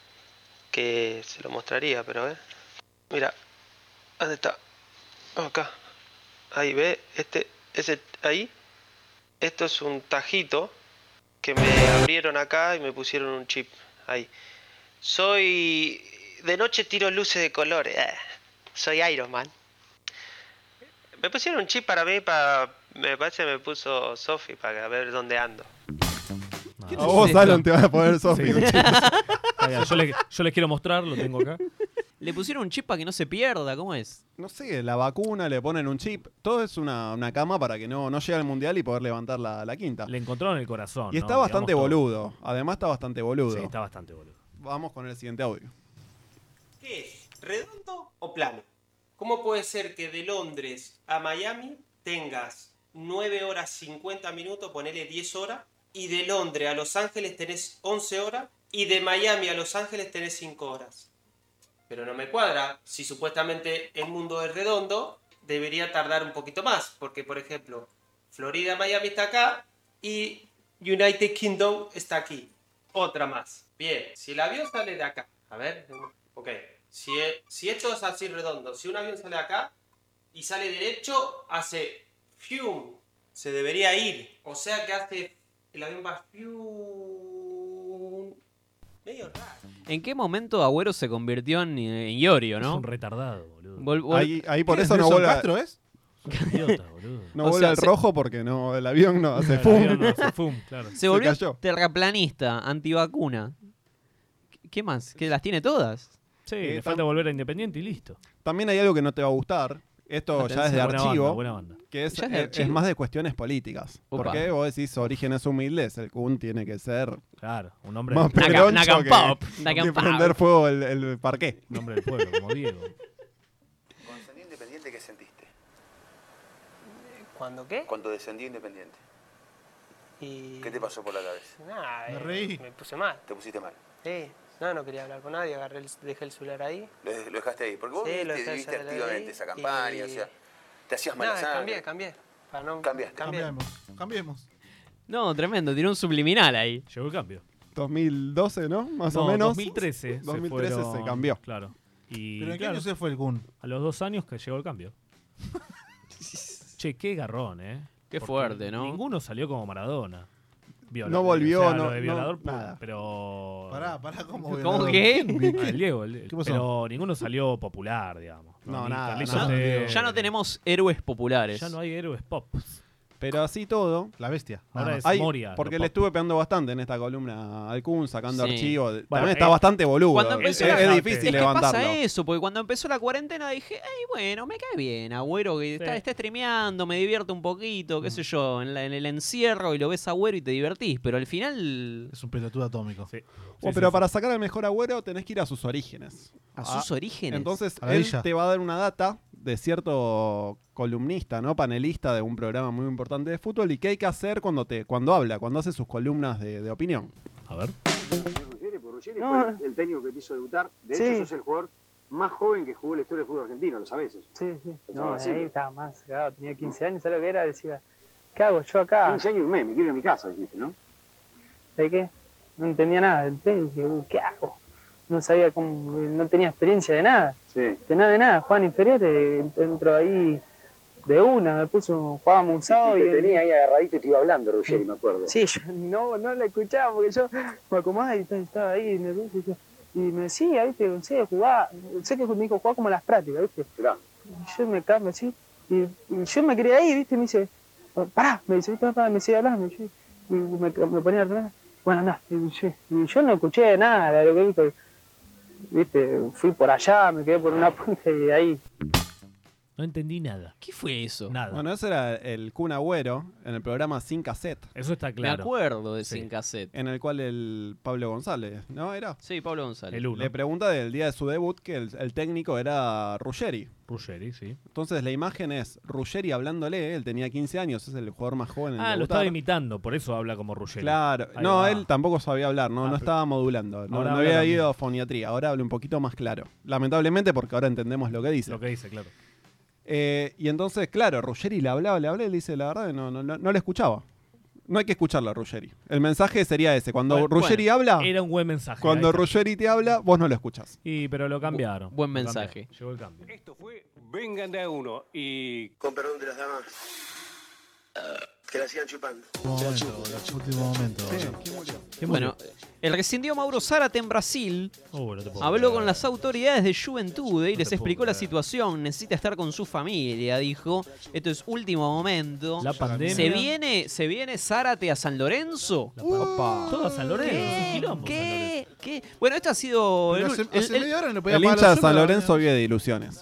Speaker 21: que se lo mostraría, pero eh. Mira, ¿dónde está? Acá. Ahí ve, este, ese, ahí. Esto es un tajito que me abrieron acá y me pusieron un chip ahí. Soy. De noche tiro luces de colores. eh. Soy Iron Man. Me pusieron un chip para mí, para. Me parece que me puso Sofi para ver dónde ando.
Speaker 1: Ah.
Speaker 4: A vos, Alan, te van a poner Sofi.
Speaker 3: Sí. Oiga, yo, les, yo les quiero mostrar, lo tengo acá.
Speaker 1: Le pusieron un chip para que no se pierda, ¿cómo es?
Speaker 4: No sé, la vacuna, le ponen un chip. Todo es una, una cama para que no, no llegue al mundial y poder levantar la, la quinta.
Speaker 3: Le encontraron el corazón.
Speaker 4: Y
Speaker 3: ¿no?
Speaker 4: está
Speaker 3: Digamos
Speaker 4: bastante
Speaker 3: todo.
Speaker 4: boludo. Además, está bastante boludo.
Speaker 3: Sí, está bastante boludo.
Speaker 4: Vamos con el siguiente audio.
Speaker 21: ¿Qué es? ¿Redondo o plano? ¿Cómo puede ser que de Londres a Miami tengas 9 horas 50 minutos, ponele 10 horas, y de Londres a Los Ángeles tenés 11 horas, y de Miami a Los Ángeles tenés 5 horas? Pero no me cuadra, si supuestamente el mundo es redondo, debería tardar un poquito más, porque por ejemplo, Florida, Miami está acá y United Kingdom está aquí. Otra más. Bien, si el avión sale de acá, a ver, ok, si, e- si esto es así redondo, si un avión sale de acá y sale derecho, hace fium, se debería ir, o sea que hace, el avión va fium, medio raro.
Speaker 1: ¿En qué momento Agüero se convirtió en, en Iorio, no?
Speaker 3: Es un retardado, boludo.
Speaker 1: Vol- vol-
Speaker 4: Ahí- ahí por ¿Qué eso es, no Nelson vuelve a- Castro, es? No
Speaker 1: O
Speaker 4: vuela
Speaker 1: sea,
Speaker 4: el
Speaker 1: se-
Speaker 4: rojo porque no, el avión no hace
Speaker 3: El
Speaker 4: fum.
Speaker 3: avión no hace fum, claro.
Speaker 1: Se volvió
Speaker 4: cayó.
Speaker 1: terraplanista, antivacuna. ¿Qué- ¿Qué más? ¿Que las tiene todas?
Speaker 3: Sí,
Speaker 4: Eh,
Speaker 3: le
Speaker 4: tam-
Speaker 3: falta volver a Independiente y listo.
Speaker 4: También hay algo que no te va a gustar. Esto
Speaker 3: Atención.
Speaker 4: ya es de
Speaker 3: Buena
Speaker 4: archivo.
Speaker 3: banda, buena banda.
Speaker 4: Que es, eh,
Speaker 3: Ya es
Speaker 4: es,
Speaker 3: de archivo.
Speaker 4: es más de cuestiones políticas.
Speaker 3: Opa.
Speaker 4: Porque vos decís orígenes humildes. El Kun tiene que ser.
Speaker 3: Claro, un hombre
Speaker 4: Más
Speaker 3: de- Naca-
Speaker 4: peloncho
Speaker 3: Nacan
Speaker 4: que-
Speaker 3: Pop,
Speaker 4: que
Speaker 3: Nacan Pop.
Speaker 4: prender fuego el, el parqué.
Speaker 3: Nombre del pueblo, como Diego.
Speaker 5: Cuando descendí independiente, ¿qué sentiste?
Speaker 21: ¿Cuándo qué?
Speaker 5: Cuando descendí independiente.
Speaker 21: Y
Speaker 5: ¿Qué te pasó por la cabeza?
Speaker 21: nada,
Speaker 5: Me
Speaker 21: eh,
Speaker 5: reí.
Speaker 21: me puse mal.
Speaker 5: Te pusiste mal.
Speaker 21: Sí, no, no quería hablar con nadie, agarré el- dejé el celular ahí.
Speaker 5: Lo, lo dejaste ahí. Porque vos
Speaker 21: Sí, lo
Speaker 5: viviste,
Speaker 21: dejé
Speaker 5: viviste
Speaker 21: hacer ahí
Speaker 5: activamente esa
Speaker 21: y-
Speaker 5: campaña, o sea, te hacías mala
Speaker 21: Nada,
Speaker 5: sangre.
Speaker 21: cambié, cambié. Para no,
Speaker 5: Cambiaste.
Speaker 21: cambié.
Speaker 2: Cambiemos.
Speaker 1: No, tremendo, tiene un subliminal ahí.
Speaker 3: Llegó el cambio.
Speaker 4: 2012, ¿no? Más
Speaker 3: No,
Speaker 4: o menos.
Speaker 3: 2013.
Speaker 4: 2013 se,
Speaker 3: fueron-
Speaker 4: cambió.
Speaker 3: Claro. Y,
Speaker 2: ¿Pero en qué
Speaker 3: claro,
Speaker 2: año se fue el Kun?
Speaker 3: A los dos años que llegó el cambio. che, qué garrón, ¿eh?
Speaker 1: Qué fuerte, ¿no?
Speaker 3: Ninguno salió como Maradona. Viola-
Speaker 4: No volvió,
Speaker 3: o sea,
Speaker 4: no-
Speaker 3: lo de
Speaker 4: no-
Speaker 3: violador, pu-
Speaker 4: nada.
Speaker 3: pero.
Speaker 2: Pará, pará, ¿cómo
Speaker 3: ¿Cómo
Speaker 2: violador?
Speaker 3: qué?
Speaker 2: ¿Qué?
Speaker 3: Ah, El Diego, el-
Speaker 2: ¿Qué pasó?
Speaker 3: Pero ninguno salió popular, digamos.
Speaker 4: No,
Speaker 3: Ni
Speaker 4: nada,
Speaker 3: Carlitos
Speaker 4: nada.
Speaker 3: Tevez.
Speaker 1: Ya no tenemos héroes populares.
Speaker 3: Ya no hay héroes pop.
Speaker 4: Pero así todo.
Speaker 2: La bestia.
Speaker 3: Ahora es
Speaker 4: Hay-
Speaker 3: Moria.
Speaker 4: porque
Speaker 3: lo
Speaker 4: le
Speaker 3: pop.
Speaker 4: estuve pegando bastante en esta columna al Kun, sacando
Speaker 1: Sí.
Speaker 4: archivos.
Speaker 3: Bueno,
Speaker 4: También está
Speaker 3: eh,
Speaker 4: bastante boludo.
Speaker 1: Cuando
Speaker 4: Es,
Speaker 1: empezó
Speaker 4: es
Speaker 1: la-
Speaker 4: difícil
Speaker 1: es que
Speaker 4: levantarlo.
Speaker 1: pasa eso, porque cuando empezó la cuarentena dije, ay, bueno, me cae bien, agüero, que está, está streameando, me divierto un poquito,
Speaker 4: Mm.
Speaker 1: qué sé yo, en, la- en el encierro y lo ves agüero y te divertís, pero al final...
Speaker 2: Es un pelotudo atómico.
Speaker 3: Sí.
Speaker 4: Oh, pero para sacar al mejor agüero tenés que ir a sus orígenes. Ah,
Speaker 1: A sus orígenes.
Speaker 4: Entonces
Speaker 2: A la
Speaker 4: él
Speaker 2: villa.
Speaker 4: te va a dar una data de cierto columnista, ¿no? Panelista de un programa muy importante de fútbol y qué hay que hacer cuando te, cuando habla, cuando hace sus columnas de, de opinión.
Speaker 3: A ver.
Speaker 24: Ruggeri, por Ruggeri
Speaker 25: No.
Speaker 24: fue el técnico que te hizo debutar. De
Speaker 25: Sí.
Speaker 24: hecho, sos el jugador más joven que jugó en la historia del fútbol argentino, lo sabés. eso.
Speaker 25: Sí, sí.
Speaker 24: Pensaba
Speaker 25: No, de
Speaker 24: así.
Speaker 25: ahí estaba más, claro, tenía 15 años, ¿sabes lo que era? Decía, ¿qué hago yo acá?
Speaker 24: 15 años y un mes, me quiero ir a mi casa, dijiste, ¿no?
Speaker 25: ¿De qué? No entendía nada del tenis, dije, "Uh, ¿qué hago? No sabía cómo, no tenía experiencia de nada,
Speaker 24: Sí.
Speaker 25: de nada de nada, Juan inferiores, entro ahí de una, me puso, jugábamos un sábado
Speaker 24: Y
Speaker 25: y
Speaker 24: te
Speaker 25: el-
Speaker 24: tenía ahí agarradito y te iba hablando, Ruggeri, me acuerdo.
Speaker 25: Sí, yo no, no la escuchaba porque yo me acomodaba y estaba- estaba ahí nervioso. y yo- Y me decía, viste, sé jugaba, sé que me dijo jugaba como las prácticas, viste. Y yo me cambio así, y, y yo me quedé ahí, viste, me dice, pará, me dice, pará, pará, me sigue hablando, y yo- y me, me ponía atrás, bueno, anda, y yo, y yo no escuché nada de lo que dijo, viste, fui por allá, me quedé por una punta y ahí,
Speaker 3: No entendí nada.
Speaker 1: ¿Qué fue eso?
Speaker 3: Nada.
Speaker 4: Bueno, ese era el Kun Agüero en el programa Sin Cassette.
Speaker 3: Eso está
Speaker 1: Me acuerdo de Sin Cassette.
Speaker 4: En el cual el Pablo González, ¿no era?
Speaker 1: Sí, Pablo González.
Speaker 4: Le pregunta del día de su debut que el, el técnico era Ruggeri.
Speaker 3: Ruggeri, sí.
Speaker 4: Entonces la imagen es Ruggeri hablándole, él tenía 15 años, es el jugador más joven en
Speaker 3: Ah, lo
Speaker 4: debutar.
Speaker 3: estaba imitando, por eso habla como Ruggeri.
Speaker 4: Claro,
Speaker 3: Ahí
Speaker 4: no,
Speaker 3: va. Ah,
Speaker 4: él tampoco sabía hablar, no, no estaba modulando, no,
Speaker 3: ahora
Speaker 4: no
Speaker 3: habla
Speaker 4: había
Speaker 3: también.
Speaker 4: ido a foniatría, ahora habla un poquito más claro. Lamentablemente porque ahora entendemos lo que dice.
Speaker 3: Lo que dice, claro.
Speaker 4: Eh, y entonces, claro, Ruggeri le hablaba, le hablaba y le dice, la verdad, que no, no, no, no le escuchaba. No hay que escucharlo a Ruggeri. El mensaje sería ese, cuando
Speaker 3: Bueno,
Speaker 4: Ruggeri
Speaker 3: bueno,
Speaker 4: habla,
Speaker 3: Era un buen mensaje.
Speaker 4: cuando
Speaker 3: ahí está.
Speaker 4: Ruggeri te habla, vos no lo escuchás.
Speaker 3: Y pero lo cambiaron.
Speaker 1: Buen
Speaker 3: Lo
Speaker 1: mensaje.
Speaker 3: cambiaron. Llegó el cambio.
Speaker 11: Vengan de a uno y. Con perdón de las damas. Que la sigan chupando.
Speaker 2: Momento, último momento.
Speaker 1: Bueno, el rescindió Mauro Zárate en Brasil.
Speaker 3: Oh, no te puedo
Speaker 1: Habló
Speaker 3: creer.
Speaker 1: con las autoridades de Juventud eh, y les
Speaker 3: puedo
Speaker 1: explicó la
Speaker 3: creer.
Speaker 1: situación. Necesita estar con su familia, dijo. Esto es último momento.
Speaker 3: La pandemia.
Speaker 1: ¿Se viene, ¿se viene Zárate a San Lorenzo?
Speaker 3: Todo a San Lorenzo, es un quilombo.
Speaker 1: ¿Qué? ¿Qué? Bueno, esto ha sido.
Speaker 2: Pero
Speaker 1: el
Speaker 2: hace-
Speaker 1: ul- el-
Speaker 2: hace
Speaker 1: el-
Speaker 2: media hora no
Speaker 4: El hincha de San Lorenzo vive de ilusiones.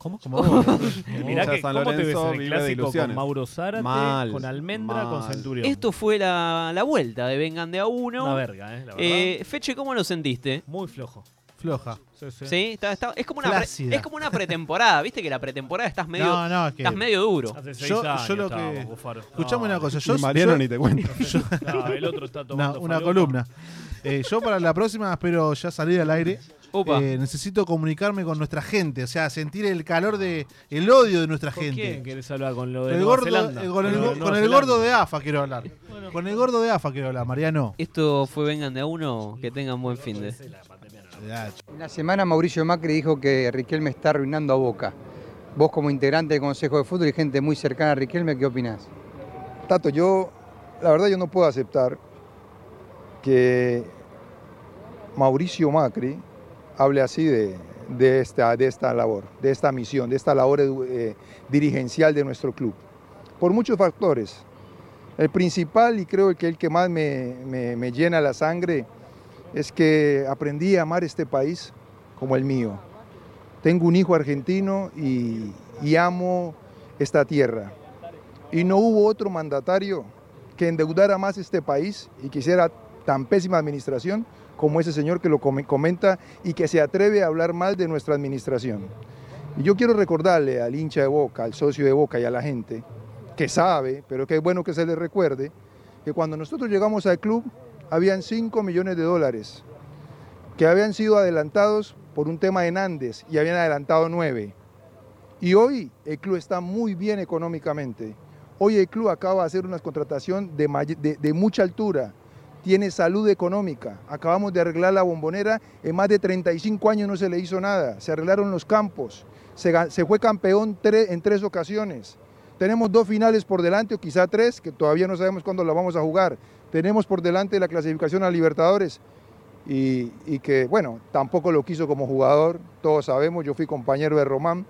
Speaker 3: ¿Cómo?
Speaker 4: O
Speaker 2: Oh.
Speaker 3: Mirá
Speaker 4: sea,
Speaker 3: que,
Speaker 4: San
Speaker 3: ¿cómo te ves
Speaker 4: Lorenzo
Speaker 3: en el
Speaker 4: vive de
Speaker 3: clásico con
Speaker 4: ilusiones.
Speaker 3: Mauro Zárate,
Speaker 4: Mal,
Speaker 3: con Almendra, con
Speaker 4: mal.
Speaker 3: Centurión?
Speaker 1: Esto fue la, la vuelta de Vengan de a uno.
Speaker 3: Una verga, eh, la verdad.
Speaker 1: Feche, ¿cómo lo sentiste?
Speaker 3: Muy flojo.
Speaker 2: Floja.
Speaker 3: Sí, sí.
Speaker 1: Sí, está- está- es, como una pre-
Speaker 2: Flácida.
Speaker 1: es como una pretemporada, viste que la pretemporada estás medio,
Speaker 2: No, no, es que-
Speaker 1: estás medio duro.
Speaker 3: Hace seis
Speaker 2: Yo,
Speaker 3: años
Speaker 2: yo lo que.
Speaker 3: estábamos, Bufaro.
Speaker 2: Escuchame
Speaker 3: No.
Speaker 2: una cosa. Yo,
Speaker 4: Y Mariano
Speaker 2: yo-
Speaker 4: ni te cuento.
Speaker 2: Yo-
Speaker 3: No, el otro está tomando
Speaker 2: No, una
Speaker 3: falopa.
Speaker 2: columna. Eh, yo para la próxima espero ya salir al aire.
Speaker 1: Opa.
Speaker 2: Eh, necesito comunicarme con nuestra gente, o sea, sentir el calor de el odio de nuestra
Speaker 3: ¿Con
Speaker 2: gente.
Speaker 3: quién querés hablar? ¿Con lo de
Speaker 2: El
Speaker 3: Nueva
Speaker 2: gordo,
Speaker 3: Zelanda?
Speaker 2: eh, con el,
Speaker 3: lo
Speaker 2: go-
Speaker 3: de
Speaker 2: con
Speaker 3: Nueva
Speaker 2: el
Speaker 3: Zelanda.
Speaker 2: gordo de AFA quiero hablar. Con el gordo de AFA quiero hablar, Mariano.
Speaker 1: Esto fue Vengan de a uno, que tengan buen fin de.
Speaker 8: En la semana Mauricio Macri dijo que Riquelme está arruinando a Boca. Vos como integrante del Consejo de Fútbol y gente muy cercana a Riquelme, ¿qué opinás?
Speaker 10: Tato, yo, la verdad yo no puedo aceptar que Mauricio Macri hable así de, de esta, de esta labor, de esta misión, de esta labor edu- eh, dirigencial de nuestro club. Por muchos factores. El principal, y creo que el que más me, me- me llena la sangre, es que aprendí a amar este país como el mío. Tengo un hijo argentino y- y amo esta tierra y no hubo otro mandatario que endeudara más este país y que hiciera tan pésima administración como ese señor que lo come- comenta y que se atreve a hablar mal de nuestra administración. Y yo quiero recordarle al hincha de Boca, al socio de Boca y a la gente que sabe, pero que es bueno que se le recuerde, que cuando nosotros llegamos al club habían 5 millones de dólares que habían sido adelantados por un tema de Nández y habían adelantado 9. Y hoy el club está muy bien económicamente. Hoy el club acaba de hacer una contratación de, may- de- de mucha altura. Tiene salud económica. Acabamos de arreglar la bombonera. En más de 35 años no se le hizo nada. Se arreglaron los campos. Se, ga- se fue campeón tre- en tres ocasiones. Tenemos dos finales por delante, o quizá tres, que todavía no sabemos cuándo las vamos a jugar. Tenemos por delante la clasificación a Libertadores y, y que, bueno, tampoco lo quiso como jugador, todos sabemos, yo fui compañero de Román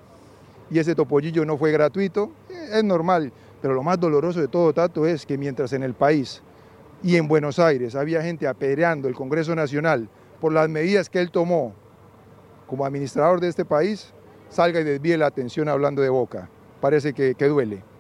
Speaker 10: y ese topollillo no fue gratuito, Eh, es normal, pero lo más doloroso de todo, Tato, es que mientras en el país y en Buenos Aires había gente apedreando el Congreso Nacional por las medidas que él tomó como administrador de este país, salga y desvíe la atención hablando de boca. Parece que, que duele.